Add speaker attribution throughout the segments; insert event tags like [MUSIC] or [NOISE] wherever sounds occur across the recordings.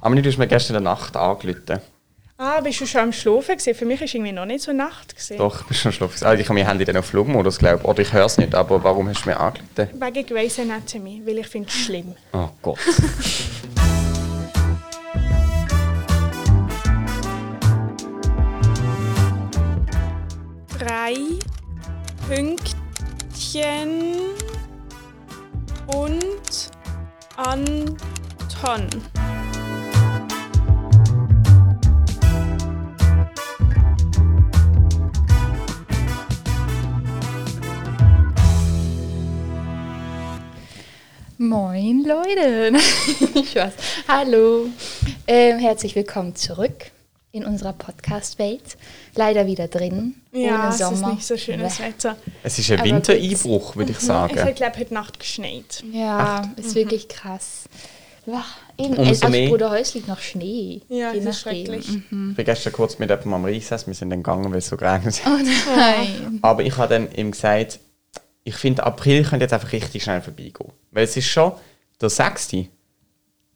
Speaker 1: Aber du hast mir gestern in der Nacht angerufen.
Speaker 2: Ah, bist du schon am Schlafen gewesen? Für mich war irgendwie noch nicht so Nacht. Gewesen.
Speaker 1: Doch, ich bin schon schlafen. Also ich habe mein Handy dann auf Flugmodus, glaube ich. Oder ich höre es nicht, aber warum hast du mir angerufen?
Speaker 2: Wegen Grey's Anatomy, weil ich finde es schlimm.
Speaker 1: Oh Gott.
Speaker 2: Drei Pünktchen und Anton.
Speaker 3: Moin Leute! [LAUGHS] ich weiß. Hallo! Ähm, herzlich willkommen zurück in unserer Podcast-Welt. Leider wieder drin,
Speaker 2: Ja,
Speaker 3: ohne
Speaker 2: es ist
Speaker 3: Oh, Sommer.
Speaker 2: nicht so schönes
Speaker 3: Bäh.
Speaker 2: Wetter.
Speaker 1: [LAUGHS] Es ist ein
Speaker 3: Aber gut.
Speaker 1: Wintereinbruch, würde ich
Speaker 2: Es
Speaker 1: sagen.
Speaker 2: hat, glaube ich, heute Nacht geschneit.
Speaker 3: Ja,
Speaker 2: Mhm.
Speaker 3: ist wirklich krass. Ja, eben
Speaker 1: Umso
Speaker 3: Umso auf
Speaker 1: mehr.
Speaker 3: Bruderhäus liegt noch Schnee.
Speaker 2: Ja,
Speaker 3: je
Speaker 2: es ist
Speaker 3: nachdem. Mhm.
Speaker 2: schrecklich.
Speaker 1: Ich bin gestern kurz mit jemandem am Reisessen, wir sind dann gegangen, weil es so geregnet hat.
Speaker 3: [LAUGHS] Oh nein.
Speaker 1: Aber ich habe dann ihm gesagt, ich finde, April könnte jetzt einfach richtig schnell vorbeigehen. Weil es ist schon der 6.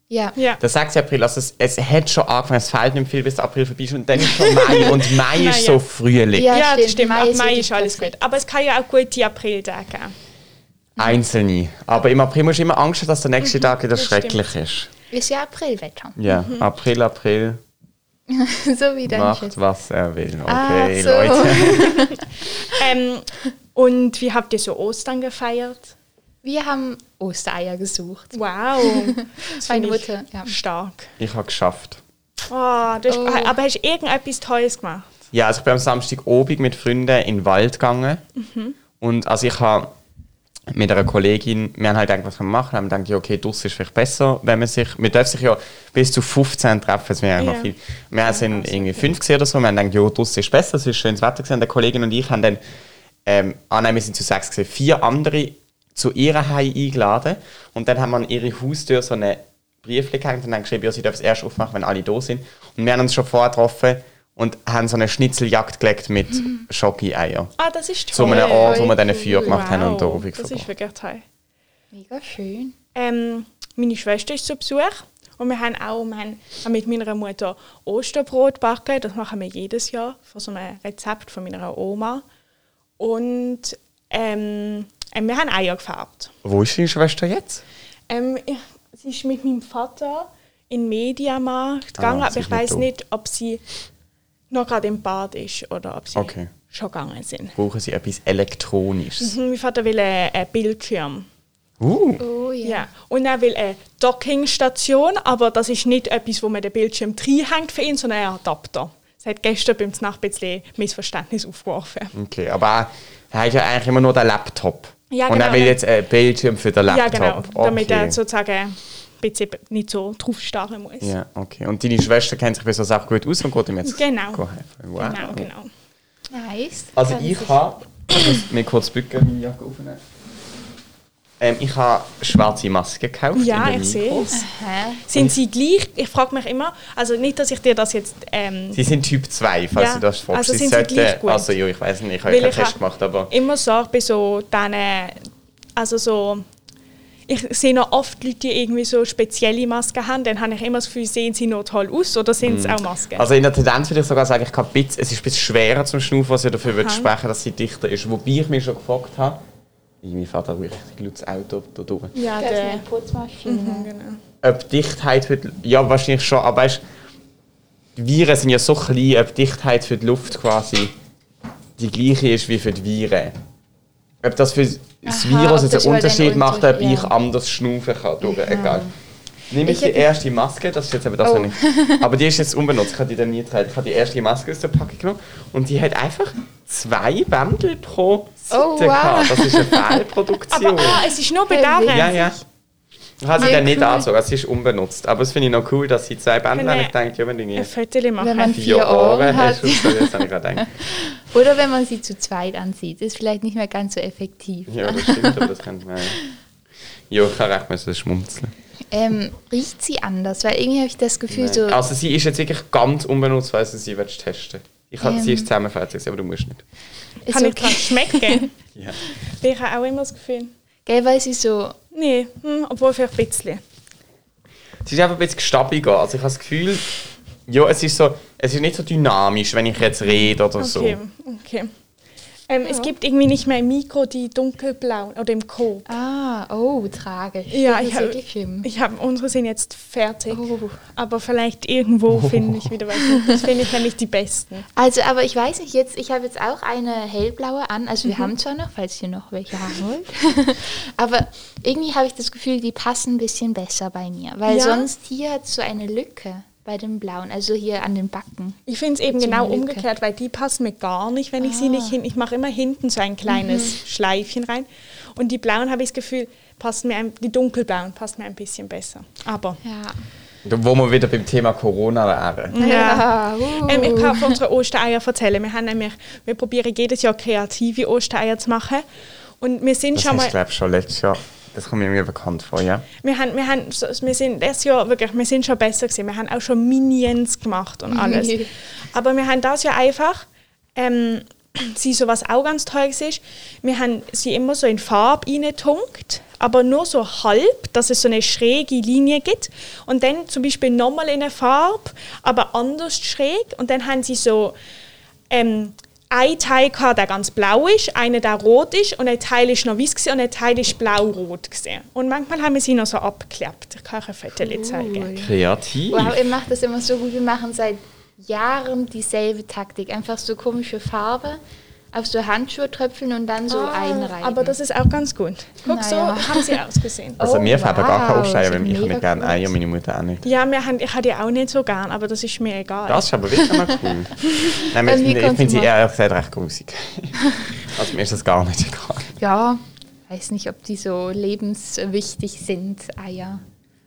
Speaker 3: Ja.
Speaker 2: Ja.
Speaker 1: Der 6. April, also es, es hat schon angefangen, es fehlt nicht mehr viel, bis der April vorbei ist. Und dann ist schon Mai. Und Mai
Speaker 2: Nein,
Speaker 1: ist
Speaker 2: ja.
Speaker 1: so Frühling.
Speaker 3: Ja,
Speaker 2: Ja, das
Speaker 3: stimmt.
Speaker 2: stimmt.
Speaker 3: Mai
Speaker 2: Ab
Speaker 3: ist
Speaker 2: Mai
Speaker 3: wirklich
Speaker 2: ist alles
Speaker 3: perfekt.
Speaker 2: gut. Aber es kann ja auch gute Apriltage geben.
Speaker 1: Einzelne. Aber im April musst du immer Angst haben, dass der nächste Tag wieder
Speaker 2: das
Speaker 1: schrecklich ist.
Speaker 3: Ist ja Aprilwetter.
Speaker 1: Ja, April, April
Speaker 3: [LAUGHS] so wie dein
Speaker 1: macht,
Speaker 3: Schiff.
Speaker 1: was er will. Okay,
Speaker 3: so.
Speaker 1: Leute.
Speaker 2: Ähm, und wie habt ihr so Ostern
Speaker 3: [LAUGHS]
Speaker 2: gefeiert?
Speaker 3: Wir haben Ostereier gesucht.
Speaker 2: Wow. Das finde
Speaker 3: Meine
Speaker 2: ich
Speaker 3: Mutter, ja.
Speaker 2: Stark.
Speaker 1: Ich habe geschafft.
Speaker 2: Oh, du hast,
Speaker 3: Oh.
Speaker 2: Aber hast du irgendetwas Tolles gemacht?
Speaker 1: Ja, also ich bin am Samstag obig mit Freunden in den Wald gegangen. Und also ich habe mit einer Kollegin, wir haben halt gedacht, was können wir machen? Haben gedacht, ja, okay, das ist vielleicht besser, wenn man sich, wir dürfen sich ja bis zu 15 treffen, das wäre eigentlich
Speaker 2: Ja.
Speaker 1: noch viel. Wir sind irgendwie fünf gesehen oder so, wir haben gedacht, ja, das ist besser, es ist schönes Wetter gewesen. Und der Kollegin und ich haben dann, ähm, ah nein, wir sind zu sechs gesehen, vier andere zu ihrer Hei eingeladen. Und dann haben wir an ihre Haustür so eine Briefle gehängt und dann geschrieben, ja, sie dürfen es erst aufmachen, wenn alle da sind. Und wir haben uns schon vorher getroffen und haben so eine Schnitzeljagd gelegt
Speaker 2: [LAUGHS]
Speaker 1: mit Schoki-Eier.
Speaker 2: Ah, das ist toll.
Speaker 1: Zu einem Ort, wo wir dann ein Feuer
Speaker 3: Wow.
Speaker 1: gemacht haben und da oben
Speaker 2: Das ist
Speaker 1: verbracht.
Speaker 2: wirklich toll.
Speaker 3: Mega schön.
Speaker 2: Ähm, meine Schwester ist zu Besuch und wir haben auch wir haben auch mit meiner Mutter Osterbrot backen. Das machen wir jedes Jahr von so einem Rezept von meiner Oma. Und ähm, ähm, wir haben Eier gefärbt.
Speaker 1: Wo ist deine Schwester jetzt?
Speaker 2: Ähm, ich, sie ist mit meinem Vater in den Mediamarkt
Speaker 1: Ah,
Speaker 2: gegangen,
Speaker 1: sie
Speaker 2: aber
Speaker 1: ist
Speaker 2: ich
Speaker 1: nicht
Speaker 2: weiß
Speaker 1: da.
Speaker 2: nicht, ob sie noch gerade im Bad ist oder ob sie
Speaker 1: Okay.
Speaker 2: schon gegangen sind.
Speaker 1: Brauchen sie etwas Elektronisches?
Speaker 2: Mein Vater will einen einen Bildschirm. Mm.
Speaker 1: Uh,
Speaker 3: Oh ja.
Speaker 2: Ja. Und er will eine Dockingstation, aber das ist nicht etwas, wo man den Bildschirm reinhängt für ihn, sondern einen Adapter. Es hat gestern beim Nacht ein bisschen Missverständnis aufgeworfen.
Speaker 1: okay. Aber er hat ja eigentlich immer nur den Laptop.
Speaker 2: Ja,
Speaker 1: und er
Speaker 2: genau.
Speaker 1: will jetzt einen Bildschirm für den
Speaker 2: Ja,
Speaker 1: Laptop.
Speaker 2: genau. Damit
Speaker 1: okay.
Speaker 2: er sozusagen ein bisschen nicht so drauf starren muss.
Speaker 1: Ja, okay. Und deine Schwester kennt sich bei so Sachen gut aus und geht ihm jetzt
Speaker 2: Genau.
Speaker 1: helfen. Wow.
Speaker 2: Genau, genau.
Speaker 3: Nice.
Speaker 1: Also
Speaker 3: Kann
Speaker 1: ich
Speaker 3: sich-
Speaker 1: habe... Ich muss mir kurz bücken, meine Jacke aufnehmen. Ähm, ich habe schwarze Maske gekauft.
Speaker 2: Ja,
Speaker 1: in der
Speaker 2: ich
Speaker 1: Mikro.
Speaker 2: sehe es.
Speaker 3: Hä?
Speaker 2: Sind sie gleich? Ich frage mich immer, also nicht, dass ich dir das jetzt. Ähm,
Speaker 1: Sie sind Typ 2, falls
Speaker 2: Ja,
Speaker 1: du das fragst.
Speaker 2: also sind sie
Speaker 1: sollten-
Speaker 2: gleich gut?
Speaker 1: Also ja, ich weiß nicht, ich habe ja keinen
Speaker 2: Weil ich ha-
Speaker 1: Test gemacht, aber...
Speaker 2: immer Sorge bei so diesen, also so, ich sehe noch oft Leute, die irgendwie so spezielle Masken haben, dann habe ich immer das Gefühl, sehen sie noch toll aus oder sind es auch Masken?
Speaker 1: Also in der Tendenz würde ich sogar sagen, ich kann ein bisschen, es ist ein bisschen schwerer zum Schnaufen, was ich dafür würde sprechen, dass sie dichter ist. Wobei ich mir schon gefragt habe, irgendwie fährt da richtig lautes Auto da durch.
Speaker 2: ja,
Speaker 3: Das ist eine
Speaker 2: der,
Speaker 3: Putzmaschine.
Speaker 2: genau.
Speaker 1: Ob Dichtheit für die, ja wahrscheinlich schon, aber weißt, die Viren sind ja so klein, ob Dichtheit für die Luft quasi die gleiche ist wie für die Viren. Ob das für das
Speaker 3: Aha, ob
Speaker 1: Virus jetzt
Speaker 3: das
Speaker 1: einen
Speaker 3: über den
Speaker 1: Unterschied macht, ob
Speaker 3: Unter-
Speaker 1: ich
Speaker 3: ja.
Speaker 1: anders schnaufen kann, durch, egal. Nehme ich,
Speaker 3: Ich
Speaker 1: die
Speaker 3: hätte-
Speaker 1: erste Maske, das ist jetzt eben das,
Speaker 3: Oh.
Speaker 1: was ich... Aber die ist jetzt unbenutzt, ich habe die dann nie getragen. Ich habe die erste Maske aus der Packung genommen und die hat einfach zwei Bändel pro Seite
Speaker 3: Oh, wow.
Speaker 1: gehabt. Das
Speaker 3: [LAUGHS]
Speaker 1: ist eine Fehlproduktion.
Speaker 2: Aber ah, es ist nur bei
Speaker 3: Ja,
Speaker 2: denen.
Speaker 1: ja, ja. Ich habe sie
Speaker 3: Ja,
Speaker 1: dann nicht
Speaker 3: cool.
Speaker 1: angezogen, also sie ist unbenutzt. Aber das finde ich noch cool, dass sie zwei Bändel haben.
Speaker 2: Wenn
Speaker 1: Ich denke, ja, wenn die
Speaker 2: Ein
Speaker 1: nie
Speaker 2: Foto machen.
Speaker 3: Wenn man-
Speaker 1: vier
Speaker 3: vier
Speaker 1: Ohren
Speaker 3: Ohren
Speaker 1: hast,
Speaker 3: hat.
Speaker 1: das habe ich gerade gedacht.
Speaker 3: Oder wenn man sie zu zweit ansieht, ist vielleicht nicht mehr ganz so effektiv. ne?
Speaker 1: Ja, das stimmt, aber das
Speaker 3: [LAUGHS]
Speaker 1: könnte man... Ja, ich habe recht müssen schmunzeln.
Speaker 3: Ähm, riecht sie anders? Weil irgendwie habe ich das Gefühl, so.
Speaker 1: Also sie ist jetzt wirklich ganz unbenutzt, weil sie sie willst testen ich kann, Sie
Speaker 3: Ähm.
Speaker 1: ist zusammenfertig, aber du musst nicht.
Speaker 3: ist
Speaker 2: kann ich dran
Speaker 3: [LAUGHS]
Speaker 2: schmecken?
Speaker 1: Ja.
Speaker 2: ich habe auch immer das Gefühl,
Speaker 3: Gell, weil sie so.
Speaker 2: nee, hm, obwohl vielleicht ein bisschen.
Speaker 1: Es ist einfach ein bisschen stabiger. Also ich habe das Gefühl, ja, es ist so, es ist nicht so dynamisch, wenn ich jetzt rede oder so.
Speaker 2: Okay, okay. Ähm, Es gibt irgendwie nicht mehr im Mikro die dunkelblauen oder im Coop.
Speaker 3: Ah, oh, tragisch.
Speaker 2: Ja,
Speaker 3: das
Speaker 2: ich
Speaker 3: ist
Speaker 2: habe
Speaker 3: wirklich schlimm.
Speaker 2: hab, unsere sind jetzt fertig.
Speaker 3: Oh.
Speaker 2: Aber vielleicht irgendwo finde ich wieder welche. Das finde ich nämlich die besten.
Speaker 3: Also, aber ich weiß nicht, jetzt, ich habe jetzt auch eine hellblaue an. Also,
Speaker 2: Mhm.
Speaker 3: wir haben zwar noch, falls ihr noch welche haben wollt. [LAUGHS] aber irgendwie habe ich das Gefühl, die passen ein bisschen besser bei mir. Weil
Speaker 2: Ja.
Speaker 3: sonst hier hat so eine Lücke bei dem blauen, also hier an den Backen.
Speaker 2: Ich finde es eben
Speaker 3: So eine
Speaker 2: genau
Speaker 3: Lücke.
Speaker 2: umgekehrt, weil die passen mir gar nicht, wenn ich sie nicht hin. Ich mache immer hinten so ein kleines Schleifchen rein. Und die blauen habe ich das Gefühl, passen mir ein, die dunkelblauen passen mir ein bisschen besser. Aber
Speaker 3: Ja.
Speaker 1: Wo wir wieder beim Thema Corona wären.
Speaker 3: Ja.
Speaker 2: Ähm, ich kann auf unsere Ostereier erzählen. Wir, haben nämlich, wir probieren jedes Jahr kreative Ostereier zu machen. Und wir sind
Speaker 1: Das
Speaker 2: schon
Speaker 1: hast du,
Speaker 2: mal.
Speaker 1: glaube ich, schon letztes Jahr. Das kommt mir irgendwie bekannt vor, ja.
Speaker 2: Wir, haben, wir, haben, so- wir sind letztes Jahr wirklich wir sind schon besser gewesen. Wir haben auch schon Minions gemacht und alles. Aber wir haben das ja einfach. Ähm, [CLEARS THROAT] sie so was auch ganz toll war. Wir haben sie immer so in Farbe reingetunkt, aber nur so halb, dass es so eine schräge Linie gibt. Und dann zum Beispiel nochmal in eine Farbe, aber anders schräg. Und dann haben sie so ähm, ein Teil gehabt, der ganz blau ist, einer, der rot ist und ein Teil ist noch weiß gewesen, und ein Teil ist blau-rot. gewesen. Und manchmal haben wir sie noch so abgeklebt. Ich kann euch ein
Speaker 3: Oh
Speaker 2: Foto zeigen.
Speaker 1: Kreativ.
Speaker 3: Wow, ihr macht das immer so gut. Wir machen seit Jahren dieselbe Taktik. Einfach so komische Farbe auf so Handschuhe tröpfeln und dann so einreiben.
Speaker 2: Ah, Aber das ist auch ganz gut. Guck, so
Speaker 3: Naja.
Speaker 2: haben
Speaker 3: [LAUGHS]
Speaker 2: sie ausgesehen.
Speaker 1: also
Speaker 3: Oh,
Speaker 1: mir fällt wow, gar
Speaker 3: wow,
Speaker 1: keine Aufsteiger, weil
Speaker 3: das ist
Speaker 1: ich
Speaker 3: mega
Speaker 1: nicht gerne
Speaker 3: cool.
Speaker 1: Eier, meine Mutter auch nicht.
Speaker 2: Ja, wir haben, ich habe die auch nicht so gern, aber das ist mir egal.
Speaker 1: Das ist aber wirklich mal
Speaker 3: [LAUGHS]
Speaker 1: cool. Nein,
Speaker 3: Bei mir
Speaker 1: ich ich
Speaker 3: kann's
Speaker 1: finde sie
Speaker 3: machen.
Speaker 1: ehrlich gesagt recht grusig. [LAUGHS] also mir ist das gar nicht egal.
Speaker 3: ja, weiß nicht, ob die so lebenswichtig sind, Eier.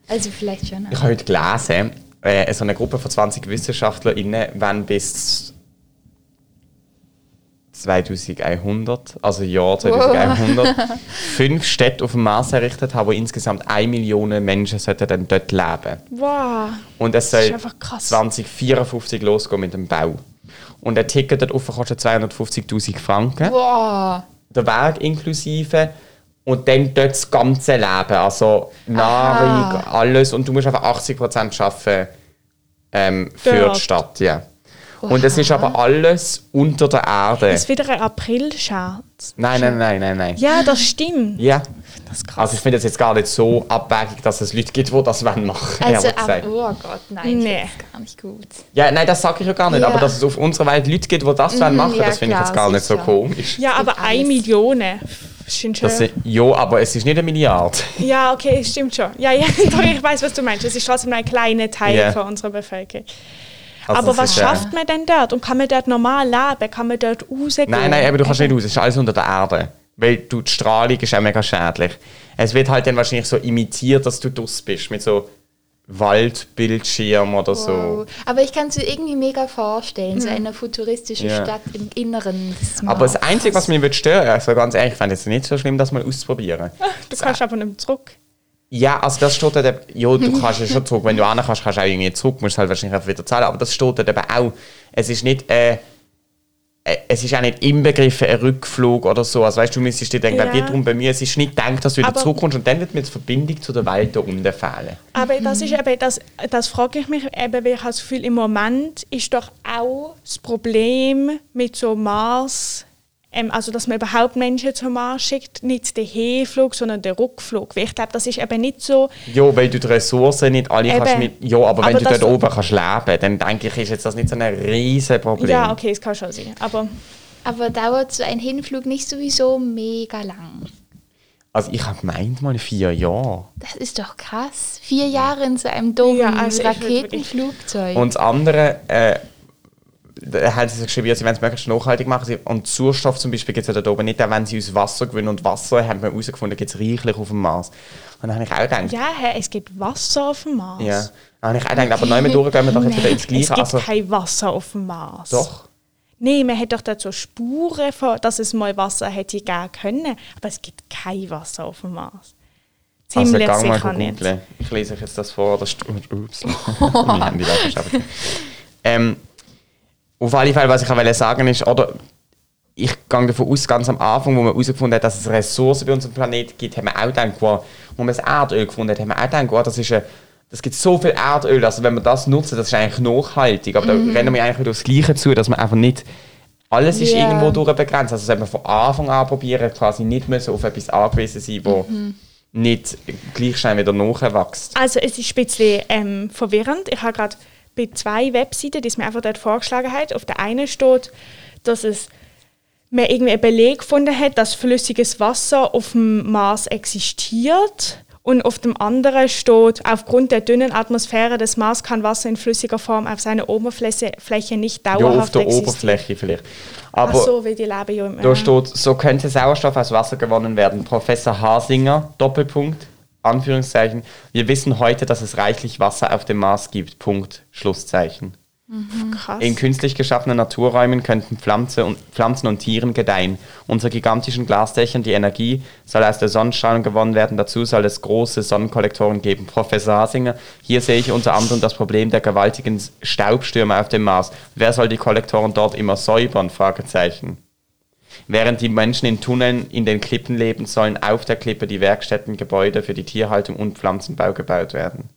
Speaker 3: Also vielleicht schon.
Speaker 1: Ich habe heute gelesen, äh, so eine Gruppe von 20 WissenschaftlerInnen wollen bis 2100, also Jahr
Speaker 3: [LAUGHS]
Speaker 1: 2100, fünf Städte auf dem Mars errichtet haben, wo insgesamt 1 Million Menschen sollten dann dort leben.
Speaker 2: Wow.
Speaker 1: Und es
Speaker 2: Das ist
Speaker 1: soll
Speaker 2: einfach krass.
Speaker 1: 2054 losgehen mit dem Bau. Und ein Ticket dort offen kostet 250'000 Franken.
Speaker 3: Boah.
Speaker 1: Der Weg inklusive. Und dann dort das ganze Leben, also Nahrung, alles. Und du musst einfach 80% arbeiten ähm, für
Speaker 2: Dort.
Speaker 1: die Stadt. Ja. Und es ist aber alles unter der Erde.
Speaker 2: Das ist wieder ein April-Scherz.
Speaker 1: Nein, nein, nein, nein, nein.
Speaker 2: Ja,
Speaker 3: Ah.
Speaker 2: das stimmt.
Speaker 1: Ja.
Speaker 2: Das ist krass.
Speaker 1: Also ich finde das jetzt gar nicht so abwegig, dass es Leute gibt, die das machen wollen.
Speaker 3: Also,
Speaker 1: ehrlich gesagt.
Speaker 3: aber, oh Gott, nein,
Speaker 2: Nee.
Speaker 3: das ist gar nicht gut.
Speaker 1: Ja, nein, das sage ich ja gar nicht,
Speaker 3: Ja. Mhm,
Speaker 1: aber dass es auf unserer Welt Leute gibt, die das wollen machen,
Speaker 3: ja,
Speaker 1: das finde ich
Speaker 3: klar,
Speaker 1: jetzt gar nicht so
Speaker 3: sicher.
Speaker 1: komisch.
Speaker 2: ja, aber
Speaker 3: gibt
Speaker 2: eine
Speaker 3: alles.
Speaker 2: Million. äh, Das Sind schon,
Speaker 1: Das, sind- ja, aber es ist nicht eine Milliarde.
Speaker 2: ja, okay, das stimmt schon. Ja, [LAUGHS] ja, doch, ich weiß, was du meinst. Es ist trotzdem ein kleiner Teil
Speaker 1: Ja.
Speaker 2: von unserer Bevölkerung.
Speaker 1: [LAUGHS] Also
Speaker 2: aber
Speaker 1: es
Speaker 2: was
Speaker 1: ist, äh,
Speaker 2: schafft man denn dort? Und kann man dort normal leben? Kann man dort rausgehen?
Speaker 1: Nein, nein, aber du kannst nicht raus, es ist alles unter der Erde. Weil du, die Strahlung ist auch mega schädlich. Es wird halt dann wahrscheinlich so imitiert, dass du draus bist, mit so Waldbildschirm oder so.
Speaker 3: Wow. Aber ich kann es mir irgendwie mega vorstellen,
Speaker 2: Mhm.
Speaker 3: so eine futuristische
Speaker 1: Ja.
Speaker 3: Stadt im Inneren. des
Speaker 1: Aber das
Speaker 3: Mars.
Speaker 1: Einzige, was mich würde stören, also ganz ehrlich, ich fände es nicht so schlimm, das mal auszuprobieren.
Speaker 2: [LAUGHS] Du kannst aber nicht zurück.
Speaker 1: Ja, also das steht dort, eben- ja, du kannst ja schon zurück, wenn du hin kannst, kannst du auch irgendwie zurück, musst halt wahrscheinlich einfach wieder zahlen, aber das steht dort eben auch, es ist nicht, äh, äh, es ist auch nicht inbegriffen ein Rückflug oder so, also weißt du, du müsstest dir denken,
Speaker 2: Ja.
Speaker 1: ja. wird darum bei mir, es ist nicht gedacht, dass du wieder
Speaker 2: Aber-
Speaker 1: zurückkommst und dann wird mir die Verbindung zu der Welt da unten fehlen.
Speaker 2: Aber das ist eben, das, das frage ich mich eben, weil ich habe das Gefühl, im Moment ist doch auch das Problem mit so Mars, ähm, also dass man überhaupt Menschen zum Mars schickt, nicht der Hinflug, sondern der Rückflug. Weil ich glaube, das ist eben nicht so,
Speaker 1: Ja, weil du die Ressourcen nicht alle
Speaker 2: Eben.
Speaker 1: kannst mit, ja, aber,
Speaker 2: Aber
Speaker 1: wenn du
Speaker 2: das-
Speaker 1: dort oben kannst leben, dann denke ich, ist jetzt das nicht so ein riesen Problem.
Speaker 2: ja, okay, es kann schon sein, aber
Speaker 3: Aber dauert so ein Hinflug nicht sowieso mega lang.
Speaker 1: Also ich habe gemeint mal vier Jahre.
Speaker 3: Das ist doch krass. Vier Jahre in so einem dummen
Speaker 2: Ja, also ich würd wirklich-
Speaker 3: Raketenflugzeug.
Speaker 1: Und das andere, äh, da haben sie sich geschrieben, sie wollen es möglichst nachhaltig machen. Sie- Und Sauerstoff zum Beispiel gibt es ja dort oben nicht, auch wenn sie aus Wasser gewinnen. Und Wasser, haben wir herausgefunden, gibt es reichlich auf dem Mars. Und dann habe ich auch gedacht, ja.
Speaker 2: ja, hä, es gibt Wasser auf dem Mars.
Speaker 1: Dann habe ich auch gedacht, aber neu durchgehen wir doch jetzt wieder ins
Speaker 2: Es
Speaker 1: Gleiche.
Speaker 2: gibt
Speaker 1: Also,
Speaker 2: kein Wasser auf dem Mars.
Speaker 1: doch.
Speaker 2: Nein, man hat doch dort so Spuren, von, dass es mal Wasser hätte geben können, aber es gibt kein Wasser auf dem Mars.
Speaker 1: Also,
Speaker 2: Ziemlich
Speaker 1: gang mal
Speaker 2: sicher nicht.
Speaker 1: googeln. Ich lese euch jetzt das vor. Das st- ups. [LAUGHS] Mein Handy weggeschafft.
Speaker 2: [LAUGHS]
Speaker 1: ähm, auf alle Fälle, was ich auch wollte sagen ist, oder ich gehe davon aus, ganz am Anfang, wo man herausgefunden hat, dass es Ressourcen bei unserem Planeten gibt, haben wir auch gedacht, wow, wo man das Erdöl gefunden hat, haben wir auch gedacht, wow, das ist ein, das gibt so viel Erdöl, also wenn wir das nutzen, das ist eigentlich nachhaltig. Aber
Speaker 2: Mhm.
Speaker 1: da rennen wir eigentlich wieder aufs Gleiche zu, dass man einfach nicht alles ist
Speaker 3: Ja.
Speaker 1: irgendwo durch begrenzt. Also sollte man von Anfang an probieren, quasi nicht müssen auf etwas angewiesen sein, wo
Speaker 2: Mhm.
Speaker 1: nicht gleich schnell wieder nachwächst.
Speaker 2: Also es ist ein bisschen ähm, verwirrend. Ich habe gerade bei zwei Webseiten, die es mir einfach dort vorgeschlagen hat, auf der einen steht, dass es man irgendwie einen Beleg gefunden hat, dass flüssiges Wasser auf dem Mars existiert. Und auf dem anderen steht, aufgrund der dünnen Atmosphäre des Mars kann Wasser in flüssiger Form auf seiner Oberfläche Fläche nicht
Speaker 1: Ja, auf
Speaker 2: dauerhaft
Speaker 1: der
Speaker 2: existieren.
Speaker 1: Oberfläche vielleicht. Aber
Speaker 2: Ach so, weil die leben ja im äh,
Speaker 1: Da steht, so könnte Sauerstoff aus Wasser gewonnen werden. Professor Hasinger, Doppelpunkt, Anführungszeichen. Wir wissen heute, dass es reichlich Wasser auf dem Mars gibt. Punkt, Schlusszeichen.
Speaker 2: krass.
Speaker 1: In künstlich geschaffenen Naturräumen könnten Pflanze und, Pflanzen und Tieren gedeihen. Unter gigantischen Glasdächern die Energie soll aus der Sonnenstrahlung gewonnen werden. Dazu soll es große Sonnenkollektoren geben. Professor Hasinger, hier sehe ich unter anderem das Problem der gewaltigen Staubstürme auf dem Mars. Wer soll die Kollektoren dort immer säubern? Fragezeichen. Während die Menschen in Tunneln in den Klippen leben, sollen auf der Klippe die Werkstätten, Gebäude für die Tierhaltung und Pflanzenbau gebaut werden.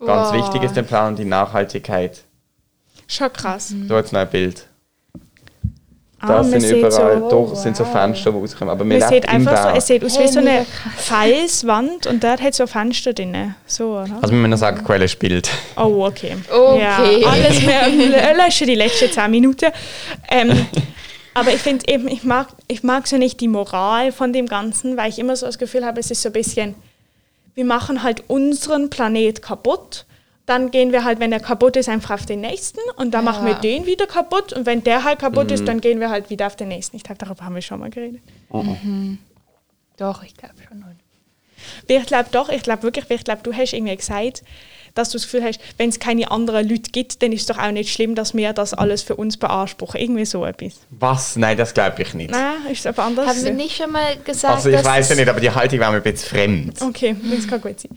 Speaker 1: Ganz
Speaker 3: Wow.
Speaker 1: wichtig ist der Plan und die Nachhaltigkeit.
Speaker 2: Schon krass.
Speaker 3: Mhm.
Speaker 1: So jetzt noch ein Bild.
Speaker 2: Ah,
Speaker 1: Da
Speaker 2: man
Speaker 1: sind
Speaker 2: sieht
Speaker 1: überall,
Speaker 2: so-
Speaker 1: da sind so Fenster, die rauskommen. Aber wir
Speaker 2: Man
Speaker 1: leben
Speaker 2: sieht
Speaker 1: im
Speaker 2: einfach so,
Speaker 1: Bau.
Speaker 2: es sieht aus wie
Speaker 3: Hey,
Speaker 2: so
Speaker 3: mega
Speaker 2: eine Felswand und dort hat so ein Fenster drin. So, oder?
Speaker 1: also wir müssen sagen, Quelle Bild.
Speaker 2: Oh, okay.
Speaker 3: Okay.
Speaker 2: Ja, alles mehr löschen die letzten zehn Minuten.
Speaker 3: [LAUGHS]
Speaker 2: Ähm, aber ich finde eben, ich mag, ich mag so nicht die Moral von dem Ganzen, weil ich immer so das Gefühl habe, es ist so ein bisschen, wir machen halt unseren Planet kaputt. Dann gehen wir halt, wenn er kaputt ist, einfach auf den nächsten und dann machen wir
Speaker 3: Ja.
Speaker 2: den wieder kaputt. Und wenn der halt kaputt ist, dann gehen wir halt wieder auf den nächsten. Ich glaube, darüber haben wir schon mal geredet.
Speaker 3: Doch, ich glaube schon.
Speaker 2: Ich glaube doch, ich glaube wirklich, ich glaube, du hast irgendwie gesagt, dass du das Gefühl hast, wenn es keine anderen Leute gibt, dann ist es doch auch nicht schlimm, dass wir das alles für uns beanspruchen. Irgendwie so etwas.
Speaker 1: Was? Nein, das glaube ich nicht.
Speaker 2: Nein, ist es aber anders.
Speaker 3: Haben wir nicht schon mal gesagt,
Speaker 1: Also ich
Speaker 3: dass
Speaker 1: weiß ja
Speaker 3: es-
Speaker 1: nicht, aber die Haltung war mir ein bisschen fremd.
Speaker 2: Okay, das kann gut sein.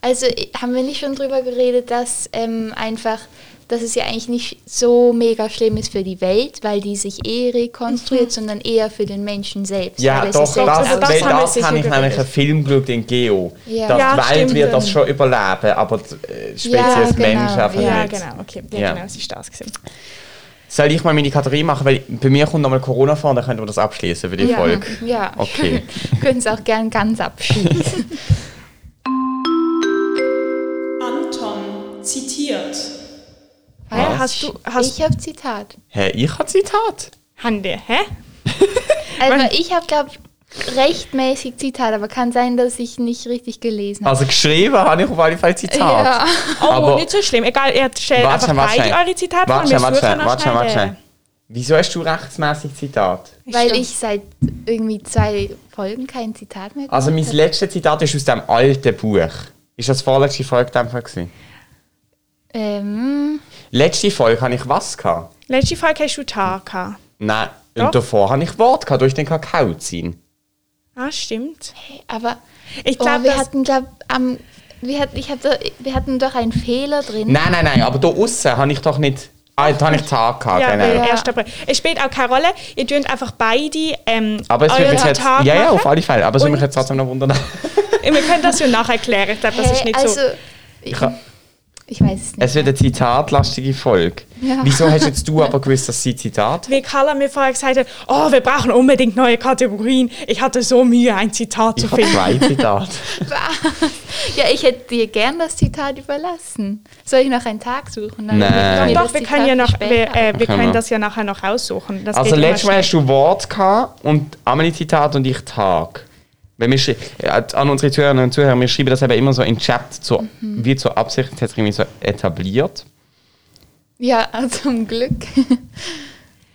Speaker 3: Also i- haben wir nicht schon drüber geredet, dass ähm, einfach, dass es ja eigentlich nicht so mega schlimm ist für die Welt, weil die sich eh rekonstruiert, sondern eher für den Menschen selbst.
Speaker 1: Mhm. Ja,
Speaker 3: Weil es
Speaker 1: doch, das,
Speaker 3: ist selbst-
Speaker 1: das,
Speaker 2: Also das
Speaker 1: weil
Speaker 2: haben wir
Speaker 1: das
Speaker 2: sicher
Speaker 1: habe ich
Speaker 2: geredet.
Speaker 1: nämlich einen Film geschaut in Geo.
Speaker 3: Ja.
Speaker 1: Dass
Speaker 2: Ja,
Speaker 1: die Welt
Speaker 2: stimmt.
Speaker 1: wird das schon überleben, aber die äh, Spezies
Speaker 3: Ja, genau,
Speaker 1: Mensch einfach
Speaker 3: ja,
Speaker 2: Ja,
Speaker 1: nicht.
Speaker 2: genau, okay. Ja,
Speaker 1: Ja.
Speaker 2: genau, es ist das gewesen.
Speaker 1: Soll ich mal meine Kategorie machen? Weil bei mir kommt nochmal Corona vor, dann könnten wir das abschließen für die
Speaker 3: Ja.
Speaker 1: Folge.
Speaker 3: Ja.
Speaker 1: Okay.
Speaker 3: [LAUGHS] Wir können es auch gern ganz abschließen.
Speaker 4: [LAUGHS] Anton zitiert.
Speaker 2: Hä, hast du- hast-
Speaker 3: ich habe Zitat.
Speaker 1: Hä, ich habe Zitat.
Speaker 2: Hande, hä?
Speaker 3: Also ich habe, glaube rechtmäßig Zitat, aber kann sein, dass ich nicht richtig gelesen habe.
Speaker 1: Also geschrieben habe ich auf alle Fall Zitat.
Speaker 3: Ja.
Speaker 2: Oh,
Speaker 1: Aber-
Speaker 2: nicht so schlimm. Egal, ihr stellt
Speaker 1: Warte,
Speaker 2: einfach
Speaker 1: warte.
Speaker 2: Äh, beide eure Zitate vor und
Speaker 1: Warte,
Speaker 2: wir
Speaker 1: warte,
Speaker 2: suchen noch
Speaker 1: warte,
Speaker 2: schnell äh,
Speaker 1: warte.
Speaker 2: den-
Speaker 1: Wieso hast du rechtsmäßig Zitat?
Speaker 3: Weil
Speaker 2: Stimmt.
Speaker 3: ich seit irgendwie zwei Folgen kein Zitat mehr
Speaker 1: Also mein
Speaker 3: gemacht habe.
Speaker 1: letztes Zitat ist aus dem alten Buch. Ist das vorletzte Folge einfach gewesen?
Speaker 3: ähm,
Speaker 1: Letzte Folge habe ich was gehabt?
Speaker 2: Letzte Folge hast du Tag gehabt.
Speaker 1: Nein.
Speaker 2: Doch.
Speaker 1: Und davor habe ich Wort gehabt, durch den Kakao ziehen.
Speaker 2: Ah, stimmt.
Speaker 3: aber
Speaker 2: Ich
Speaker 3: oh,
Speaker 2: glaube,
Speaker 3: wir
Speaker 2: das-
Speaker 3: hatten glaube am wir hatten, ich hatte, wir hatten doch einen Fehler drin.
Speaker 1: Nein, nein, nein, aber da außen habe ich doch nicht... Ah, da habe ich Tag gehabt,
Speaker 2: Ja,
Speaker 1: genau.
Speaker 2: weil
Speaker 3: Ja.
Speaker 2: 1. April. Es spielt auch keine Rolle. Ihr tönt einfach beide ähm,
Speaker 1: Aber es würde mich
Speaker 2: euren
Speaker 1: jetzt... Ja,
Speaker 2: Tag
Speaker 1: ja,
Speaker 2: machen.
Speaker 1: auf alle Fälle. Aber es würde mich
Speaker 2: Und-
Speaker 1: jetzt trotzdem noch wundern. [LAUGHS]
Speaker 2: Wir können das ja nacherklären. Ich glaube, das ist
Speaker 3: Hä,
Speaker 2: nicht
Speaker 3: also,
Speaker 2: so.
Speaker 3: ich,
Speaker 1: ha-
Speaker 3: ich weiß es nicht.
Speaker 1: Es wird eine zitatlastige Folge.
Speaker 3: Ja.
Speaker 1: Wieso hast jetzt
Speaker 2: [LAUGHS]
Speaker 1: du aber gewusst, dass sie Zitat?
Speaker 2: Wie Carla mir vorher gesagt hat, oh, wir brauchen unbedingt neue Kategorien. Ich hatte so Mühe, ein Zitat zu
Speaker 1: Ich habe
Speaker 2: finden.
Speaker 1: zwei Zitate.
Speaker 3: ja, ich hätte dir gern das Zitat überlassen. Soll ich noch einen Tag suchen? Dann
Speaker 1: Nein.
Speaker 3: kann ich
Speaker 2: Doch,
Speaker 3: das
Speaker 2: wir
Speaker 3: Zitat
Speaker 2: können, ja
Speaker 3: für
Speaker 2: noch,
Speaker 3: später
Speaker 2: wir, äh, wir
Speaker 1: Können
Speaker 2: können
Speaker 1: wir.
Speaker 2: das ja nachher noch raussuchen. Das
Speaker 1: Also
Speaker 2: geht immer
Speaker 1: letztes Mal
Speaker 2: schnell.
Speaker 1: hast du Wort gehabt und Amelie Zitat und ich Tag. Wenn wir schrei- äh, an unsere Zuhörerinnen und Zuhörer, wir schreiben das eben immer so in den Chat, so, wie zur Absicht, das hat sich irgendwie so etabliert.
Speaker 3: Ja, [LAUGHS] ah, zum Glück.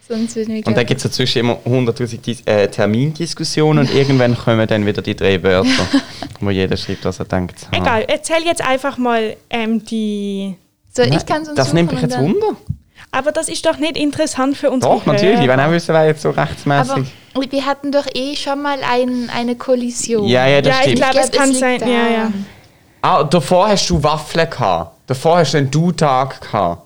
Speaker 3: Sonst würden wir
Speaker 1: Und dann gibt es dazwischen immer 100.000 Dis äh, Termindiskussionen und irgendwann kommen dann wieder die drei Wörter, wo jeder schreibt, was er denkt. Ah.
Speaker 2: Egal, erzähl jetzt einfach mal ähm, die.
Speaker 3: so, ich
Speaker 1: Nein,
Speaker 3: kann's uns
Speaker 1: das nimmt mich
Speaker 3: suchen und
Speaker 1: jetzt
Speaker 3: dann-
Speaker 1: wunder.
Speaker 2: Aber das ist doch nicht interessant für uns. Äh,
Speaker 1: Doch, natürlich, wenn auch wissen, wer jetzt so rechtsmäßig.
Speaker 3: Aber wir hatten doch eh schon mal ein, eine Kollision.
Speaker 1: Ja, ja, das
Speaker 2: Ja, ich
Speaker 1: stimmt.
Speaker 2: glaube,
Speaker 3: glaub,
Speaker 2: es kann
Speaker 3: liegt
Speaker 2: sein. Ja, ja.
Speaker 3: daran.
Speaker 1: Ah, und davor hast du Waffeln gehabt. Davor hast du einen Du-Tag gehabt.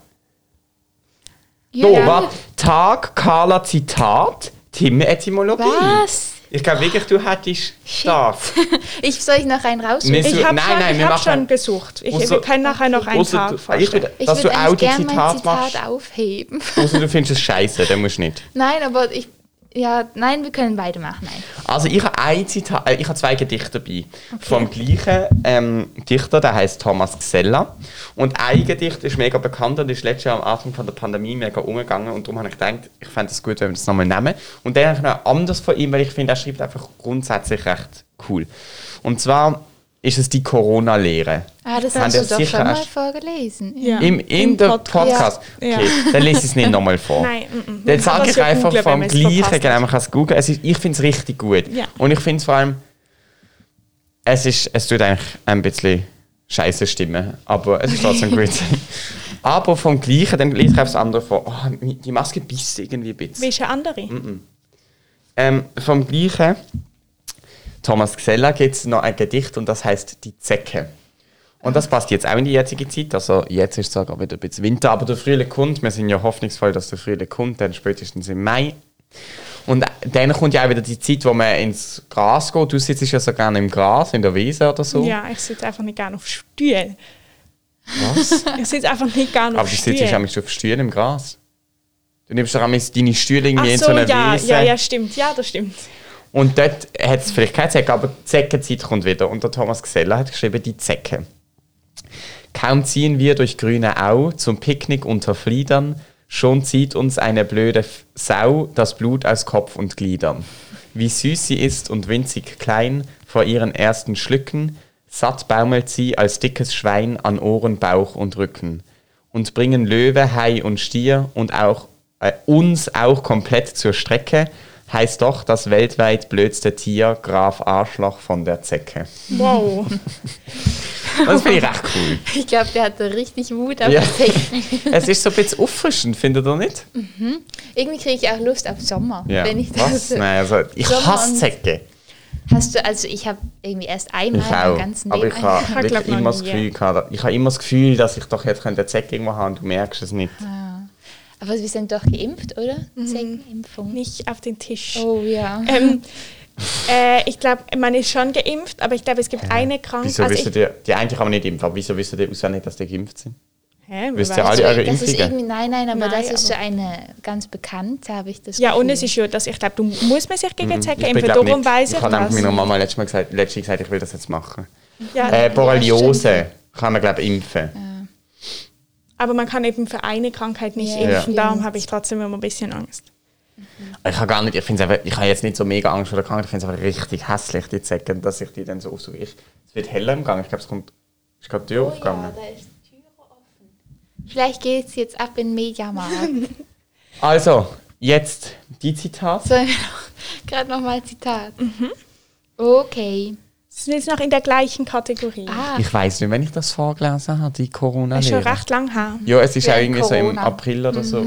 Speaker 3: Ja.
Speaker 1: So, warte. Tag, Carla, Zitat, Tim, Etymologie.
Speaker 3: Was?
Speaker 1: Ich glaube wirklich, du hättest Schaf.
Speaker 3: [LAUGHS] Ich soll ich noch einen raussuchen?
Speaker 1: Wir-
Speaker 2: Ich
Speaker 1: So,
Speaker 2: habe
Speaker 1: nein,
Speaker 2: schon,
Speaker 1: nein,
Speaker 2: ich
Speaker 1: wir
Speaker 2: hab
Speaker 1: machen-
Speaker 2: schon gesucht. Ich,
Speaker 1: Ausser-
Speaker 2: wir können nachher noch einen
Speaker 1: Ausser
Speaker 2: Tag
Speaker 1: du- ah, ich
Speaker 2: vorstellen.
Speaker 1: würde-
Speaker 3: Ich
Speaker 1: dass du
Speaker 3: würde
Speaker 1: auch
Speaker 3: eigentlich
Speaker 1: die
Speaker 3: gerne mein
Speaker 1: Zitat machst.
Speaker 3: Zitat aufheben.
Speaker 1: Außer
Speaker 3: [LAUGHS]
Speaker 1: du findest es scheiße, dann musst du nicht.
Speaker 3: Nein, aber ich. Ja, nein, wir können beide machen. Nein.
Speaker 1: Also ich habe ein Zitat, äh, ich habe zwei Gedichte dabei. Vom gleichen ähm, Dichter, der heißt Thomas Gsella. Und ein Gedicht ist mega bekannt und ist letztes Jahr am Anfang von der Pandemie mega umgegangen. Und darum habe ich gedacht, ich fände es gut, wenn wir das nochmal nehmen. Und dann habe ich noch ein anderes von ihm, weil ich finde, er schreibt einfach grundsätzlich recht cool. Und zwar ist es die Corona-Lehre.
Speaker 3: Ah, das
Speaker 1: Haben
Speaker 3: hast
Speaker 1: wir
Speaker 3: du doch
Speaker 1: sicher
Speaker 3: schon mal
Speaker 1: erst-
Speaker 3: vorgelesen.
Speaker 2: Ja.
Speaker 1: Im, in
Speaker 2: Im
Speaker 1: der
Speaker 2: Podcast.
Speaker 1: Podcast.
Speaker 2: Ja.
Speaker 1: Okay, dann lese ich es nicht nochmal vor.
Speaker 2: Nein, mhm.
Speaker 1: Dann
Speaker 2: Man kann
Speaker 1: sage
Speaker 2: das
Speaker 1: ich
Speaker 2: ja
Speaker 1: einfach
Speaker 2: googlen, wenn
Speaker 1: vom
Speaker 2: man es
Speaker 1: Gleichen,
Speaker 2: verpasst
Speaker 1: genau,
Speaker 2: hat.
Speaker 1: man kann es googeln. Es ist, ich finde es richtig gut.
Speaker 2: Ja.
Speaker 1: Und ich finde es vor allem, es ist, es tut eigentlich ein bisschen scheiße stimmen, aber es ist
Speaker 2: [LAUGHS]
Speaker 1: trotzdem gut. Aber vom Gleichen, dann lese ich aufs andere vor. Oh, mi- die Maske biss irgendwie ein bisschen.
Speaker 2: Wie ist eine andere?
Speaker 1: Mm, Ähm, vom gleichen Thomas Gsella gibt es noch ein Gedicht und das heißt Die Zecke. Und das passt jetzt auch in die jetzige Zeit. Also jetzt ist es sogar wieder ein bisschen Winter, aber der Frühling kommt. Wir sind ja hoffnungsvoll, dass der Frühling kommt, dann spätestens im Mai. Und äh, dann kommt ja auch wieder die Zeit, wo man ins Gras geht. Du sitzt ja so gerne im Gras, in der Wiese oder so.
Speaker 2: Ja, ich sitze einfach nicht gerne auf Stühlen.
Speaker 1: Was?
Speaker 2: [LAUGHS] Ich sitze einfach nicht gerne
Speaker 1: aber
Speaker 2: auf
Speaker 1: du sitzt ja
Speaker 2: Stühlen.
Speaker 1: manchmal auf Stühlen im Gras. Du nimmst doch einmal deine Stühle
Speaker 2: Ach
Speaker 1: irgendwie in so
Speaker 2: so,
Speaker 1: einer
Speaker 2: ja,
Speaker 1: Wiese.
Speaker 2: ja, ja, stimmt. Ja,
Speaker 1: [LAUGHS]
Speaker 2: das stimmt.
Speaker 1: Und dort hat es vielleicht keine Zecke, aber die Zeckenzeit kommt wieder. Und der Thomas Geseller hat geschrieben, die Zecke. Kaum ziehen wir durch grüne Au zum Picknick unter Fliedern, schon zieht uns eine blöde F- Sau das Blut aus Kopf und Gliedern. Wie süß sie ist und winzig klein vor ihren ersten Schlücken, satt baumelt sie als dickes Schwein an Ohren, Bauch und Rücken. Und bringen Löwe, Hai und Stier und auch äh, uns auch komplett zur Strecke, heißt doch das weltweit blödste Tier Graf Arschloch von der Zecke.
Speaker 2: Wow.
Speaker 1: Das finde ich echt cool.
Speaker 3: [LAUGHS] Ich glaube, der hatte richtig Mut auf
Speaker 1: Ja.
Speaker 3: das Technik.
Speaker 1: [LAUGHS] Es ist so ein bisschen auffrischend, findet ihr nicht?
Speaker 3: Irgendwie kriege ich auch Lust auf Sommer, wenn ich das.
Speaker 1: Was? Nein, also ich
Speaker 3: Sommer
Speaker 1: hasse
Speaker 3: und-
Speaker 1: Zecke.
Speaker 3: Hast du, also ich habe irgendwie erst einmal
Speaker 1: Ich auch.
Speaker 3: im ganzen
Speaker 1: Aber
Speaker 3: Leben.
Speaker 1: ich habe
Speaker 2: Ich glaub
Speaker 1: wirklich
Speaker 2: noch
Speaker 1: immer das
Speaker 2: nie.
Speaker 1: Gefühl gehabt, ich habe immer das Gefühl, dass ich doch jetzt könnte eine Zecke irgendwo haben und du merkst es nicht.
Speaker 3: ah. [LAUGHS] Aber wir sind doch geimpft, oder? Zeckenimpfung.
Speaker 2: Mhm. Nicht auf den Tisch.
Speaker 3: Oh ja.
Speaker 2: Ähm, äh, ich glaube, man ist schon geimpft, aber ich glaube, es gibt eine Krankheit.
Speaker 1: Wieso wisst
Speaker 2: Also ich,
Speaker 1: ihr, die eigentlich kann man nicht impfen, aber wieso wisst ihr auswendig, dass die geimpft sind?
Speaker 2: hä, wer
Speaker 1: wisst ihr
Speaker 2: weiß.
Speaker 1: alle- eure
Speaker 3: das ist
Speaker 1: Impflinge?
Speaker 3: irgendwie, nein, nein, aber
Speaker 2: Nein,
Speaker 3: das ist
Speaker 2: aber-
Speaker 3: so eine ganz bekannt, habe ich das
Speaker 2: Ja, und
Speaker 3: Gefühl.
Speaker 2: es ist ja, dass ich glaube, du musst man sich gegen Zecke impfen.
Speaker 1: Mm, glaub
Speaker 2: Darum
Speaker 1: nicht.
Speaker 2: weiß ich,
Speaker 1: Ich habe nämlich
Speaker 2: das.
Speaker 1: meiner Mama letztes Mal gesagt, letztes Mal gesagt, ich will das jetzt machen.
Speaker 2: Ja,
Speaker 1: Äh, Borreliose kann man, glaube ich, impfen.
Speaker 2: aber man kann eben für eine Krankheit nicht
Speaker 3: Ja,
Speaker 2: impfen.
Speaker 3: stimmt.
Speaker 2: Darum habe ich trotzdem immer ein bisschen Angst.
Speaker 1: Ich habe gar nicht, ich finde ich habe jetzt nicht so mega Angst vor der Krankheit, ich finde es einfach richtig hässlich, die Zecken, dass ich die dann so aufsuche. Ich, es wird heller im Gang, ich glaube, es kommt, ist gerade die Tür
Speaker 3: Oh ja,
Speaker 1: aufgegangen.
Speaker 3: da ist die Tür offen. Vielleicht geht es jetzt ab in den Mediamarkt.
Speaker 1: Also, jetzt die Zitate.
Speaker 3: [LAUGHS] Sollen wir noch- [LAUGHS] gerade nochmal Zitat.
Speaker 2: Mhm.
Speaker 3: Okay.
Speaker 2: Sie sind jetzt noch in der gleichen Kategorie.
Speaker 3: Ah,
Speaker 1: Ich weiß nicht, wenn ich das vorgelesen habe, die corona
Speaker 2: Das ist schon
Speaker 1: lehre
Speaker 2: recht lang her.
Speaker 1: Ja, es ist
Speaker 3: Ja,
Speaker 1: auch irgendwie so im
Speaker 3: Corona. Mhm.
Speaker 1: April oder so.